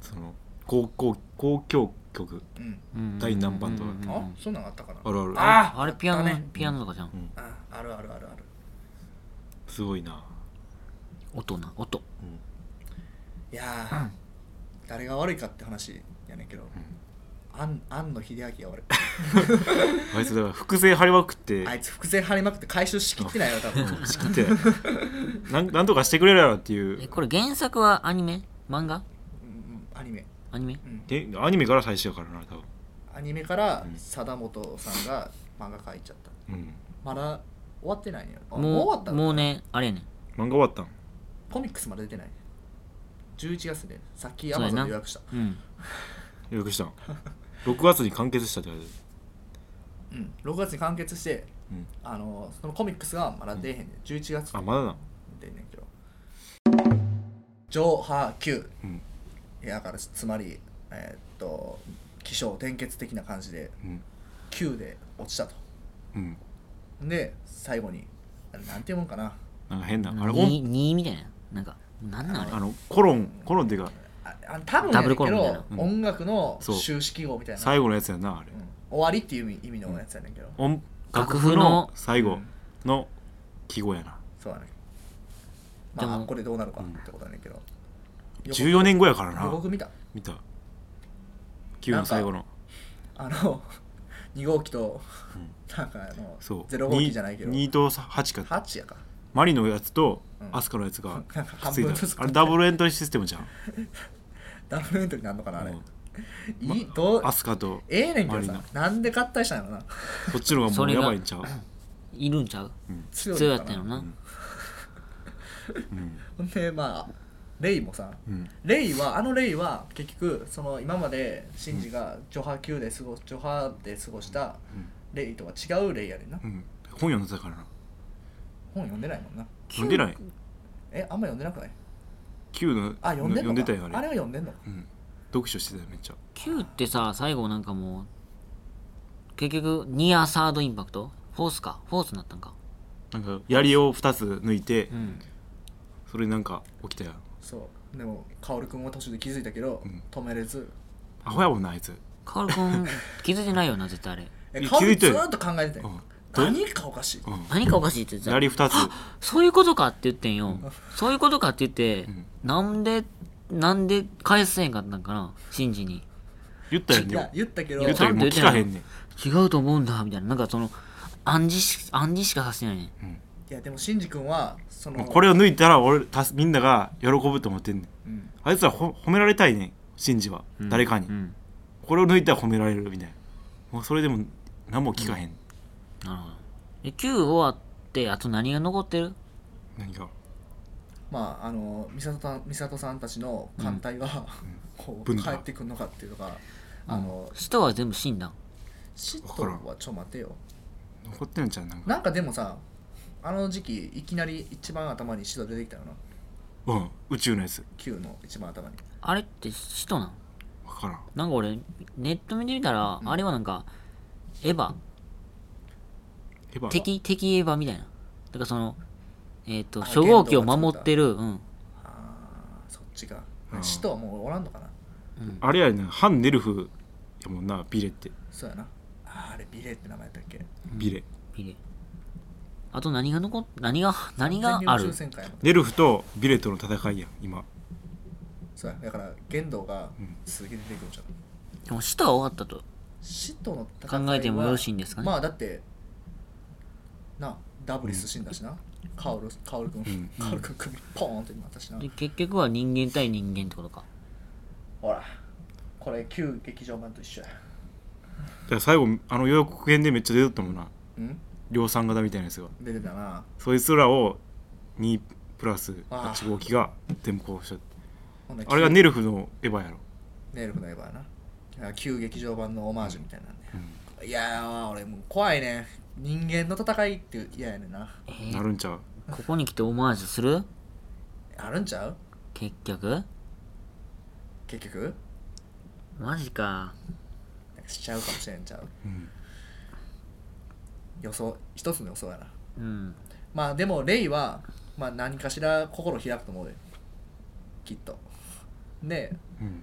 Speaker 2: その公共公共曲
Speaker 3: んうん
Speaker 2: 第何番とか
Speaker 1: うんうんうんう
Speaker 3: あ
Speaker 1: ん
Speaker 3: そんなんあったかな
Speaker 2: あるある
Speaker 3: あ
Speaker 1: あれピアノ
Speaker 3: あったね
Speaker 1: ピアノとかじゃん
Speaker 2: うん
Speaker 3: ああるあるあるある
Speaker 2: すごいな
Speaker 1: 音な音
Speaker 2: うん
Speaker 3: いやー、誰が悪いかって話やねんけど、あん庵野秀明が悪
Speaker 2: あいつだから複製張りまくって
Speaker 3: いあいつ伏線張りまくって回収しきってないよ多分
Speaker 2: うん仕切ってなんなんとかしてくれるやろってい
Speaker 1: え
Speaker 2: う
Speaker 1: これ原作はアニメ漫画
Speaker 3: うんアニメ、
Speaker 1: アニメ
Speaker 3: うん、
Speaker 2: でアニメから最初やからな多分
Speaker 3: アニメから
Speaker 2: うん
Speaker 3: 貞本さんが漫画描いちゃった
Speaker 2: うん
Speaker 3: まだ終わってないねあ
Speaker 1: もう
Speaker 3: 終わったの
Speaker 1: もうねあれやねん
Speaker 2: 漫画終わったん
Speaker 3: コミックスまで出てない11月でさっきア
Speaker 1: そう
Speaker 3: マ
Speaker 1: や
Speaker 3: ゾ
Speaker 1: な
Speaker 3: ンで予約した
Speaker 1: うん
Speaker 2: 予約したん6月に完結したって言われて
Speaker 3: うん6月に完結して
Speaker 2: るうん
Speaker 3: あのそのコミックスがまだ出えへんねん11月
Speaker 2: あまだな
Speaker 3: 出んねんけど上波球
Speaker 2: うん
Speaker 3: いやだからつまりえーっと起承転結的な感じで
Speaker 2: うん
Speaker 3: 球で落ちたと
Speaker 2: うん
Speaker 3: で最後になんていうもんかな
Speaker 2: なんか変なあれ音
Speaker 1: 2みたいななんかなんなんあれ
Speaker 2: あのコロンコロンっていうか
Speaker 3: ああ多分
Speaker 1: ダ
Speaker 3: やね
Speaker 1: ブル
Speaker 3: ん
Speaker 1: コ
Speaker 3: け
Speaker 1: ロンみたい
Speaker 3: ど
Speaker 1: な、
Speaker 2: うん
Speaker 3: 音楽の
Speaker 2: そう
Speaker 3: 終止記号みたいな
Speaker 2: 最後のやつやんなあれ
Speaker 3: うん終わりっていう意味意味のやつやねんけど、
Speaker 2: 音
Speaker 1: 楽
Speaker 2: 楽
Speaker 1: 譜の
Speaker 2: 譜の最
Speaker 3: う
Speaker 2: 後
Speaker 3: ん
Speaker 2: の記号やな
Speaker 3: そうだね
Speaker 1: で
Speaker 3: まあ
Speaker 1: も
Speaker 3: これどうなるかってことだねんけど、
Speaker 2: 14年後やから
Speaker 3: 予
Speaker 2: な
Speaker 3: 告見た
Speaker 2: 見た9の最後の
Speaker 3: あの 2号機と、
Speaker 2: う
Speaker 3: なんかあの
Speaker 2: そう
Speaker 3: 0号機じゃないけど
Speaker 2: 2と8か
Speaker 3: 8やか
Speaker 2: マリのやつと
Speaker 3: うん
Speaker 2: アスカのやつが く
Speaker 3: なん
Speaker 2: っ
Speaker 3: か
Speaker 2: つい
Speaker 3: 半分ずつ
Speaker 2: たあれダブルエントリーシステムじゃん
Speaker 3: ダブルエントリーなんのかなあれ、
Speaker 2: うん
Speaker 3: いいどう
Speaker 2: アスカと
Speaker 3: ええねんけどさ
Speaker 2: マリ
Speaker 3: なんで合体したんやろな
Speaker 2: こっちの方がも
Speaker 1: そうれ
Speaker 2: や
Speaker 1: が
Speaker 2: ばいんちゃう
Speaker 1: いるんちゃう
Speaker 3: 強い
Speaker 1: 必要
Speaker 3: の
Speaker 1: や
Speaker 3: か
Speaker 1: ったんやろ
Speaker 3: な
Speaker 1: な、
Speaker 2: うん
Speaker 3: ほんでまあレイもさ
Speaker 2: うん
Speaker 3: レイはあのレイは結局その今までシンジがジョハ級で過ごジョハで過ごした
Speaker 2: うん
Speaker 3: レイとは違うレイやねんな
Speaker 2: うん本読んでたからな
Speaker 3: 本読んでないもんな
Speaker 2: 読んでない
Speaker 3: えあんま読んでなくない
Speaker 2: Q の
Speaker 3: あ読んでんの
Speaker 2: 読ん
Speaker 3: か
Speaker 2: でたよあれ
Speaker 3: あれは読んでんの
Speaker 2: うん、読書してたよめっちゃ
Speaker 1: Q ってさ最後なんかもう結局ニアサードインパクトフォースかフォースになったんか
Speaker 2: なんか槍を2つ抜いて、
Speaker 1: うん
Speaker 2: それなんか起きたよ
Speaker 3: そうでも薫君は途中で気づいたけど、
Speaker 2: うん
Speaker 3: 止めれず
Speaker 2: アホやもんなあいつ、
Speaker 1: カオル君気づいてないよな絶対あれ
Speaker 3: え
Speaker 2: いや
Speaker 3: 薫
Speaker 2: 気づいて
Speaker 3: ず
Speaker 2: る
Speaker 3: ーっと考えてた
Speaker 2: う
Speaker 3: よ
Speaker 2: ん、
Speaker 3: 何かおかしい
Speaker 2: うん
Speaker 1: 何かおかしいって言ってた
Speaker 2: 槍2つ
Speaker 1: そういうことかって言ってんよそういうことかって言って、
Speaker 2: うん
Speaker 1: なんでなんで返せへんかったんかなシンジに
Speaker 2: 言ったよ
Speaker 3: いや
Speaker 2: ね
Speaker 3: 言ったけど
Speaker 1: い
Speaker 2: 言
Speaker 1: や
Speaker 2: っ
Speaker 1: ちゃ
Speaker 2: たよ
Speaker 1: んと
Speaker 2: も
Speaker 1: 言
Speaker 2: う
Speaker 1: って
Speaker 2: 聞
Speaker 1: ない
Speaker 2: かへんねん
Speaker 1: 違うと思うんだみたいななんかその暗示し暗示しかさせてないね
Speaker 2: うん
Speaker 3: いやでもシンジ君はその
Speaker 2: もうこれを抜いたら俺たすみんなが喜ぶと思ってんねん
Speaker 3: うん
Speaker 2: あいつはほ褒められたいねんシンジは、
Speaker 1: うん
Speaker 2: 誰かに、
Speaker 1: うん
Speaker 2: これを抜いたら褒められるみたいなもうそれでも何も聞かへん、
Speaker 1: なるほどで Q 終わってあと何が残ってる
Speaker 2: 何か
Speaker 3: まああの美里さん美里さんたちの艦隊が、 こう
Speaker 2: 分
Speaker 3: 帰
Speaker 2: 断
Speaker 3: ってくるのかっていうのがあの、
Speaker 1: 人は全部死んだん
Speaker 3: シッ
Speaker 2: わ
Speaker 3: ト
Speaker 2: からん
Speaker 3: はちょっと待てよ
Speaker 2: 残ってんじゃんなんか
Speaker 3: なんかでもさあの時期いきなり一番頭にシド出てきたよな
Speaker 2: うん宇宙のやつ
Speaker 3: Q の一番頭に
Speaker 1: あれって使徒なん
Speaker 2: 分からん
Speaker 1: なんか俺ネット見てみたら、あれはなんかエヴァ
Speaker 2: エヴァ
Speaker 1: 敵敵エヴァみたいなだからそのえっ、と
Speaker 3: あ
Speaker 1: 初号機を守ってるうん
Speaker 3: あーそっちか
Speaker 2: うん
Speaker 3: シトはもうおらんのかな
Speaker 2: あれやねん反ネルフやもんなビレって
Speaker 3: そうやなあーあれビレって名前だっけ
Speaker 2: ビレ
Speaker 1: ビレあと何が残っ何が何があ
Speaker 3: 完全に宇
Speaker 1: る
Speaker 3: 宙戦艦やもん
Speaker 2: ネルフとビレとの戦いやん今
Speaker 3: そうやだから玄道が
Speaker 2: うん
Speaker 3: 続けて出てくるんじゃん
Speaker 1: でも死とは終わったと
Speaker 3: シトの戦いは
Speaker 1: 考えてもよろしいんですかね、
Speaker 3: まあだってなダブリス死んだしな、カオルカオル 君、
Speaker 2: うん
Speaker 3: カオル君首ポーンってなったしな、
Speaker 1: で結局は人間対人間ってことか
Speaker 3: ほらこれ旧劇場版と一緒や
Speaker 2: だから最後あの予告編でめっちゃ出とったもんな
Speaker 3: うん
Speaker 2: 量産型みたいなやつが
Speaker 3: 出てたな
Speaker 2: そいつらを2プラス
Speaker 3: あー
Speaker 2: 8号機が全部こうしちゃって
Speaker 3: ほんで
Speaker 2: あれが
Speaker 3: 旧
Speaker 2: ネルフのエヴァやろ
Speaker 3: ネルフのエヴァやなだから旧劇場版のオマージュみたいなんで、いやー俺もう怖いね人間の戦いって嫌やねんな
Speaker 1: え
Speaker 2: な
Speaker 1: ー、
Speaker 2: るんちゃう
Speaker 1: ここに来てオマージュする
Speaker 3: あるんちゃう
Speaker 1: 結局
Speaker 3: 結局
Speaker 1: マジか
Speaker 3: なんかしちゃうかもしれんちゃう
Speaker 2: うん
Speaker 3: 予想一つの予想やな
Speaker 1: うん
Speaker 3: まあでもレイは、まあ、何かしら心開くと思うできっとで
Speaker 2: うん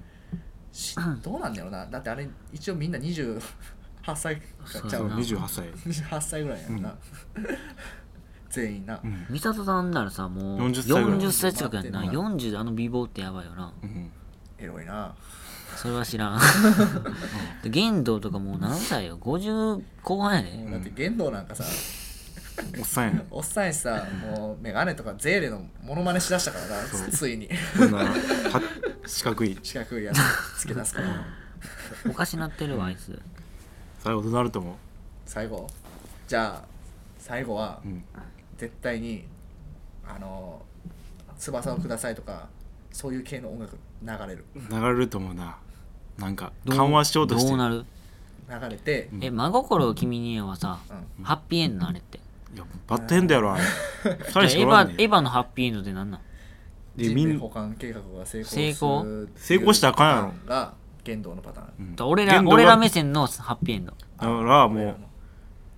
Speaker 3: しどうなんだろうなだってあれ一応みんな28歳かちゃ
Speaker 2: そうう
Speaker 3: な
Speaker 2: 28歳
Speaker 3: 28歳ぐらいやんな、
Speaker 2: うん
Speaker 3: 全員な、
Speaker 2: うん
Speaker 1: 美里さんならさもう
Speaker 2: 40歳ぐらい
Speaker 1: 40歳近くやんな
Speaker 3: うん
Speaker 1: 40であの美貌ってやばいよな
Speaker 2: うん
Speaker 3: エロいな
Speaker 1: それは知 らんで玄道とかもう何歳よ50後半
Speaker 3: も
Speaker 1: やで
Speaker 3: うだって言動なんかさ、
Speaker 2: おっさんやね
Speaker 3: おっさんやしさもうメガネとかゼーレのモノマネしだしたからな
Speaker 2: そう
Speaker 3: ついに
Speaker 2: こんなは四角い
Speaker 3: 四角いやつつけ出すから
Speaker 1: おかしなってるわあいつ
Speaker 2: 最後どうなると思
Speaker 3: 最後じゃあ最後は
Speaker 2: ううん
Speaker 3: 絶対にあの翼をくださいとかそういう系の音楽流れる
Speaker 2: 流れると思うななんか
Speaker 1: どう
Speaker 2: 緩和しようとして
Speaker 1: どう
Speaker 2: る
Speaker 1: なる
Speaker 3: 流れて、
Speaker 2: うん
Speaker 1: え真心を君にはさ
Speaker 3: う
Speaker 1: ハッピーエンドなあれって
Speaker 2: いやバッドエンドやろあれ2
Speaker 1: じゃあ
Speaker 2: 人
Speaker 1: エ
Speaker 2: しか
Speaker 1: ヴ
Speaker 2: おらん
Speaker 1: ァ
Speaker 2: ねん
Speaker 1: エヴァのハッピーエンドって何なん
Speaker 2: で
Speaker 3: 人
Speaker 2: み
Speaker 3: 類
Speaker 2: ん
Speaker 3: 保管計画が成功す
Speaker 1: 成
Speaker 3: る
Speaker 1: 功
Speaker 2: 成功したらあかんやろ
Speaker 3: ろが言動のパターン
Speaker 2: うん
Speaker 1: だ俺ら
Speaker 2: 剣道が
Speaker 1: 俺ら目線のハッピーエンド
Speaker 2: だから
Speaker 3: 俺
Speaker 2: も
Speaker 3: ら
Speaker 2: う
Speaker 3: の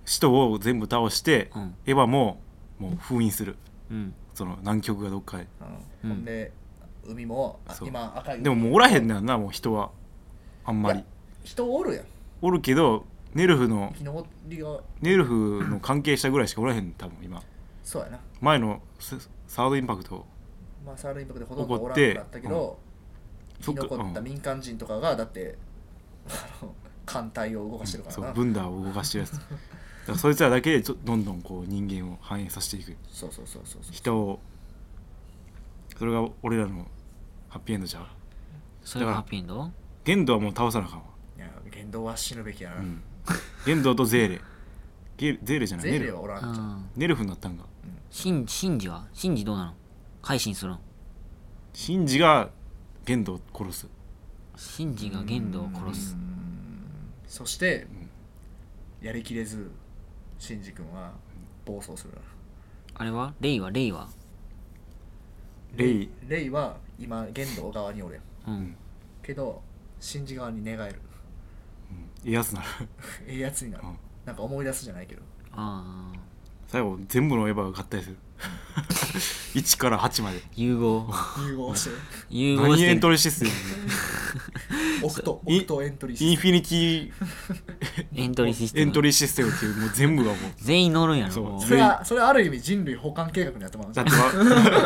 Speaker 2: 使徒を全部倒して、
Speaker 1: うん
Speaker 2: エヴァももう封印する
Speaker 1: うん
Speaker 2: その南極がどっかへ
Speaker 3: うんほんで海もあ
Speaker 2: そう
Speaker 3: 今赤い
Speaker 2: でももうおらへんねんなもう人はあんま
Speaker 3: い
Speaker 2: り
Speaker 3: や人おるやん
Speaker 2: おるけどネルフの
Speaker 3: 生き残りが
Speaker 2: ネルフの関係者ぐらいしかおらへん多分今
Speaker 3: そうやな
Speaker 2: 前のササードインパクト
Speaker 3: まあ、サールインパクトでほとんど
Speaker 2: 怒
Speaker 3: おらん
Speaker 2: って
Speaker 3: くなったけど、生
Speaker 2: そ
Speaker 3: き
Speaker 2: っか
Speaker 3: 残った
Speaker 2: うん
Speaker 3: 民間人とかがだって、あの艦隊を動かしてるから
Speaker 2: そう
Speaker 3: な、
Speaker 2: ブンダーを動かしてるやつだからそいつらだけでちょどんどんこう人間を反映させていく
Speaker 3: そうそうそうそうそう
Speaker 2: 人をそれが俺らのハッピーエンドじゃん
Speaker 1: それがハッピーエンド
Speaker 2: ゲンドはもう倒さなあかんわ、
Speaker 3: いや言動は死ぬべきやな、
Speaker 2: うん、ゲンドとゼーレゲゼーレじゃない
Speaker 3: ゼ
Speaker 2: ネ
Speaker 3: ーレ
Speaker 2: ル
Speaker 3: は
Speaker 2: フ
Speaker 3: おらん
Speaker 1: う
Speaker 3: じゃん
Speaker 1: ん
Speaker 2: ネルフになったんが
Speaker 1: シンシンジはシンジどうなの改心するの
Speaker 2: シンジがゲンドを殺す
Speaker 1: シンジがゲンドウを殺す
Speaker 3: そして
Speaker 2: ん
Speaker 3: やりきれずシンジ君は暴走する
Speaker 1: あれはレイはレイは
Speaker 2: レイ
Speaker 3: レイは今玄道側におれ
Speaker 1: うん
Speaker 3: けどシンジ側に寝返る
Speaker 2: 家康なら
Speaker 3: ええやつになる
Speaker 2: うん
Speaker 3: なんか思い出すじゃ ないけど
Speaker 1: ああ
Speaker 2: 最後全部のエヴァが合体する 1から8まで
Speaker 1: 融合
Speaker 3: 融合して
Speaker 1: 融合
Speaker 2: 何
Speaker 1: して
Speaker 2: エ
Speaker 1: ん
Speaker 2: ン
Speaker 1: の
Speaker 2: トリーシステム
Speaker 3: オクトオ
Speaker 2: い
Speaker 3: クトエントリー
Speaker 2: イン
Speaker 3: シス
Speaker 2: フィニティ
Speaker 1: エントリーシステム
Speaker 2: エントリーシステムっていうもう全部がもう
Speaker 1: 全員乗るんやろ
Speaker 2: そう
Speaker 1: もう
Speaker 3: それはそれはある意味人類補完計画にやってもらうんじ
Speaker 2: だ
Speaker 3: ゃ
Speaker 2: っ
Speaker 3: ん
Speaker 2: てわ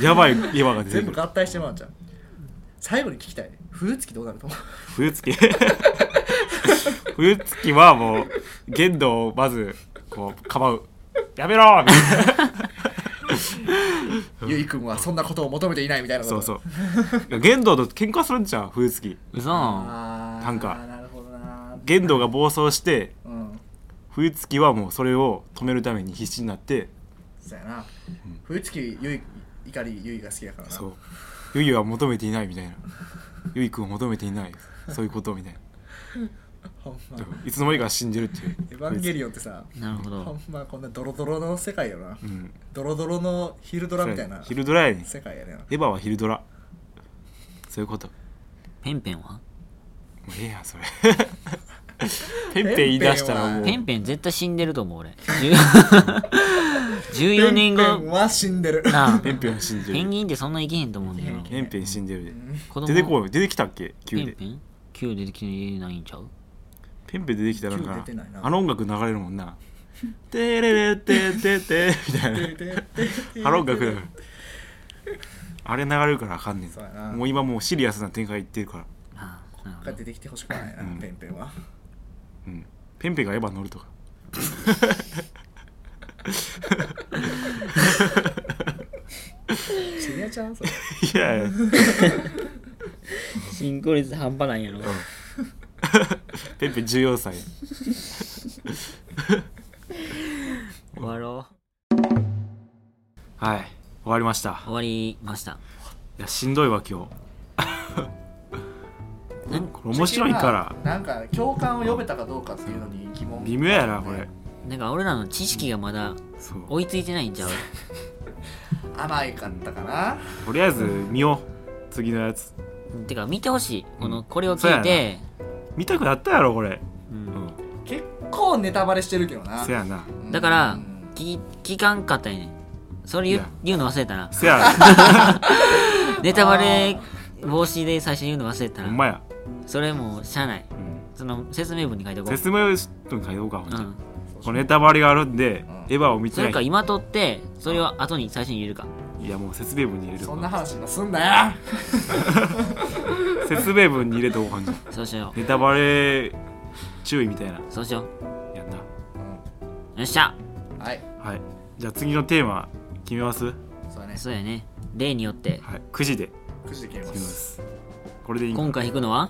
Speaker 2: やばいエヴァが出て
Speaker 3: 全
Speaker 2: く
Speaker 3: 部
Speaker 2: る
Speaker 3: 合体してもらうんじゃん最後に聞きたいね冬月どうなると思う
Speaker 2: 冬月 冬月はもう限度をまずこうかばうやめろーみたいな
Speaker 3: ゆいくんはそんなことを求めていないみたいなこと
Speaker 2: そうそう限度と喧嘩するんじゃん冬月
Speaker 1: 嘘
Speaker 3: あー
Speaker 2: なんか
Speaker 3: なるほどな
Speaker 2: 限度が暴走して
Speaker 3: うん
Speaker 2: 冬月はもうそれを止めるために必死になって
Speaker 3: そうやな冬月ゆい怒りゆいが好きだからな
Speaker 2: そうユイは求めていないみたいなユイ君を求めてい ないそういうことみたいな
Speaker 3: ほんま
Speaker 2: いつの間にか死んでるっていう
Speaker 3: エヴァンゲリオンってさ
Speaker 1: なるほ
Speaker 3: ほ
Speaker 1: ど
Speaker 3: んまこんなドロドロの世界よな
Speaker 2: うん
Speaker 3: ドロドロのヒルドラみたいな
Speaker 2: そう昼ドラやねん
Speaker 3: 世界やねんな
Speaker 2: エヴァは昼ドラそういうことも
Speaker 1: ペンペンは
Speaker 2: うええや んそれペンペン言い出したらもう
Speaker 1: ペンペン絶対死んでると思う俺10 14
Speaker 3: ペ
Speaker 1: 年
Speaker 3: ンペン
Speaker 1: 後
Speaker 3: は死んでる
Speaker 1: なあ
Speaker 2: ペンペンは死んで
Speaker 1: ペン
Speaker 2: る
Speaker 1: ギンってそんな生きへんと思うんだよな
Speaker 3: ペ
Speaker 2: ペンペン死んでるで
Speaker 1: 子供
Speaker 2: 出てこい出てきたっけ急
Speaker 1: ペン
Speaker 2: で
Speaker 1: ペン ?9 出てきてないんちゃう
Speaker 2: ペンペン出てきたらなん
Speaker 3: 急
Speaker 2: か
Speaker 3: 出てないな
Speaker 2: あの音楽流れるもんな「テレレテテテ」みた いなハロンが来るあれ流れるからあかんね
Speaker 3: そうやなん
Speaker 2: もう今もうシリアスな展開いってるから
Speaker 1: ああなるほ
Speaker 3: が
Speaker 1: ど
Speaker 3: 出てきてほしくないな
Speaker 2: うん
Speaker 3: ペンペンは
Speaker 2: うんペンペンがエヴァ乗 るとか
Speaker 3: シリアちゃんそれ
Speaker 2: いやいや
Speaker 1: 進行率半端ないやろ
Speaker 2: ペンペン14歳
Speaker 1: 終わろう
Speaker 2: はい終わりました
Speaker 1: 終わりました
Speaker 2: いやしんどいわ今 日これ面白いから
Speaker 3: なんか共感を呼べたかどうかっていうのに疑問
Speaker 2: 微妙やなこれ
Speaker 1: なんか俺らの知識がまだ
Speaker 2: そう
Speaker 1: 追いついてないんちゃう
Speaker 3: 甘いかったかな
Speaker 2: とりあえず見よう次のやつ
Speaker 1: てか見てほしいこのこれを
Speaker 2: そう
Speaker 1: 聞
Speaker 2: や
Speaker 1: い
Speaker 2: な
Speaker 1: て
Speaker 2: 見たくなったやろこれ
Speaker 1: う
Speaker 2: うんん
Speaker 3: 結構ネタバレしてるけどな
Speaker 2: せやな
Speaker 3: うん
Speaker 1: だから聞聞かんかったんやねんそれ言
Speaker 2: いうや
Speaker 1: 言うの忘れたな
Speaker 2: せやな
Speaker 1: ネタバレ防止で最初に言うの忘れた
Speaker 2: ほ
Speaker 1: なん
Speaker 2: まや、
Speaker 1: それもうしゃあない
Speaker 2: うん、
Speaker 1: その説明文に書いておこう、
Speaker 2: 説明をちょっと書いておこうかほん
Speaker 1: う
Speaker 2: と
Speaker 1: ん、
Speaker 2: このネタバレがあるんで、
Speaker 3: うん
Speaker 2: エヴァを見
Speaker 1: そ
Speaker 2: てな
Speaker 1: れか
Speaker 2: い
Speaker 1: 今取ってそれは後に最初に入れるか
Speaker 2: いやもう説明文に入れる
Speaker 3: そんな話今すんなよ
Speaker 2: 説明文に入れておこうかじゃ
Speaker 1: そうしよ
Speaker 2: ネタバレ注意みたいな
Speaker 1: うそうしよ
Speaker 2: やんな
Speaker 1: うよっしゃ
Speaker 3: うんはい
Speaker 2: はいじゃあ次のテーマ決めますは
Speaker 3: そうだね
Speaker 1: そうやね例によって
Speaker 2: い9時で
Speaker 3: 9時で決めま
Speaker 2: 決めますすこれでいいんか
Speaker 1: 今回引くのは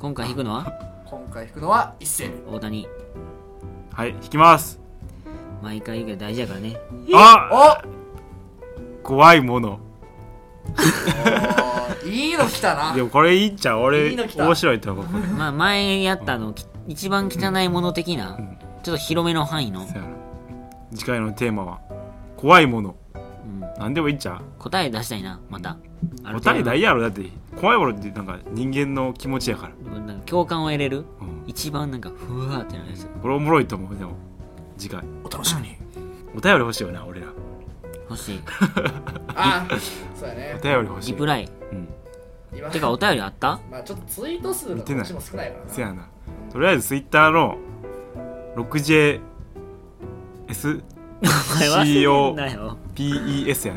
Speaker 1: 今回引くのは
Speaker 3: 今回引くのは一斉
Speaker 1: 大谷
Speaker 2: はい引きます
Speaker 1: 毎回言うけど大事やからね
Speaker 2: あ
Speaker 3: お
Speaker 2: 怖いもの
Speaker 3: おーいいの来たな
Speaker 2: でもこれいいんちゃう俺
Speaker 3: いいの来た
Speaker 2: 面白いと思うこれ
Speaker 1: まあ前やったあのき一番汚いもの的な
Speaker 2: うん
Speaker 1: ちょっと広めの範囲の、
Speaker 2: せやな次回のテーマは怖いもの
Speaker 1: うん、
Speaker 2: 何でもいいんちゃ
Speaker 1: 答え出したいなまたあ
Speaker 2: う
Speaker 1: る程度
Speaker 2: 答えないやろだって怖いものってなんか人間の気持ちやから、
Speaker 1: なんか共感を得れる
Speaker 2: うん、
Speaker 1: 一番なんかふわーってなるやつ
Speaker 2: これおもろいと思うでも次回
Speaker 3: お楽しみに
Speaker 2: お便り欲しいよな俺ら
Speaker 1: 欲しい
Speaker 3: あそうやね
Speaker 2: お便り欲しい
Speaker 1: リプライ
Speaker 2: うん
Speaker 3: 今
Speaker 1: てかお便りあった
Speaker 3: まあちょっとツイート数がこっちも少ないからな
Speaker 2: せやなとりあえずツイッターの 6JSPES
Speaker 1: お前忘れ んなよ
Speaker 2: や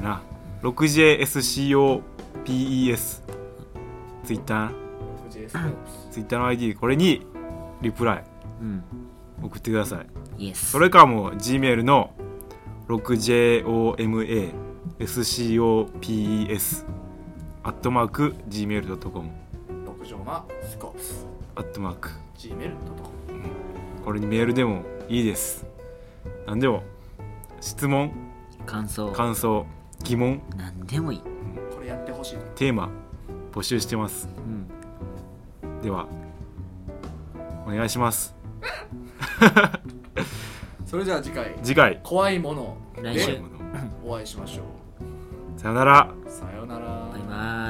Speaker 2: な 6JSCOPES ツイッターな
Speaker 3: 6JS の
Speaker 2: ツイッターの ID これにリプライ
Speaker 1: うん
Speaker 2: 送ってください
Speaker 1: イエス
Speaker 2: それかもう Gmail の 6JOMASCOPES アットマーク Gmail.com
Speaker 3: 六畳間スコープス
Speaker 2: アットマーク
Speaker 3: Gmail.com
Speaker 2: これにメールでもいいです何でも質問
Speaker 1: 感想
Speaker 2: 感想疑問
Speaker 1: 何でもいい、
Speaker 3: これやってほしい
Speaker 2: テーマ募集してます
Speaker 1: うん、
Speaker 2: ではお願いします
Speaker 3: それでは次回
Speaker 2: 次回
Speaker 3: 怖いもの
Speaker 1: 来週
Speaker 3: でお会いしましょ
Speaker 2: さよなら
Speaker 3: うさようなら
Speaker 1: バイバイ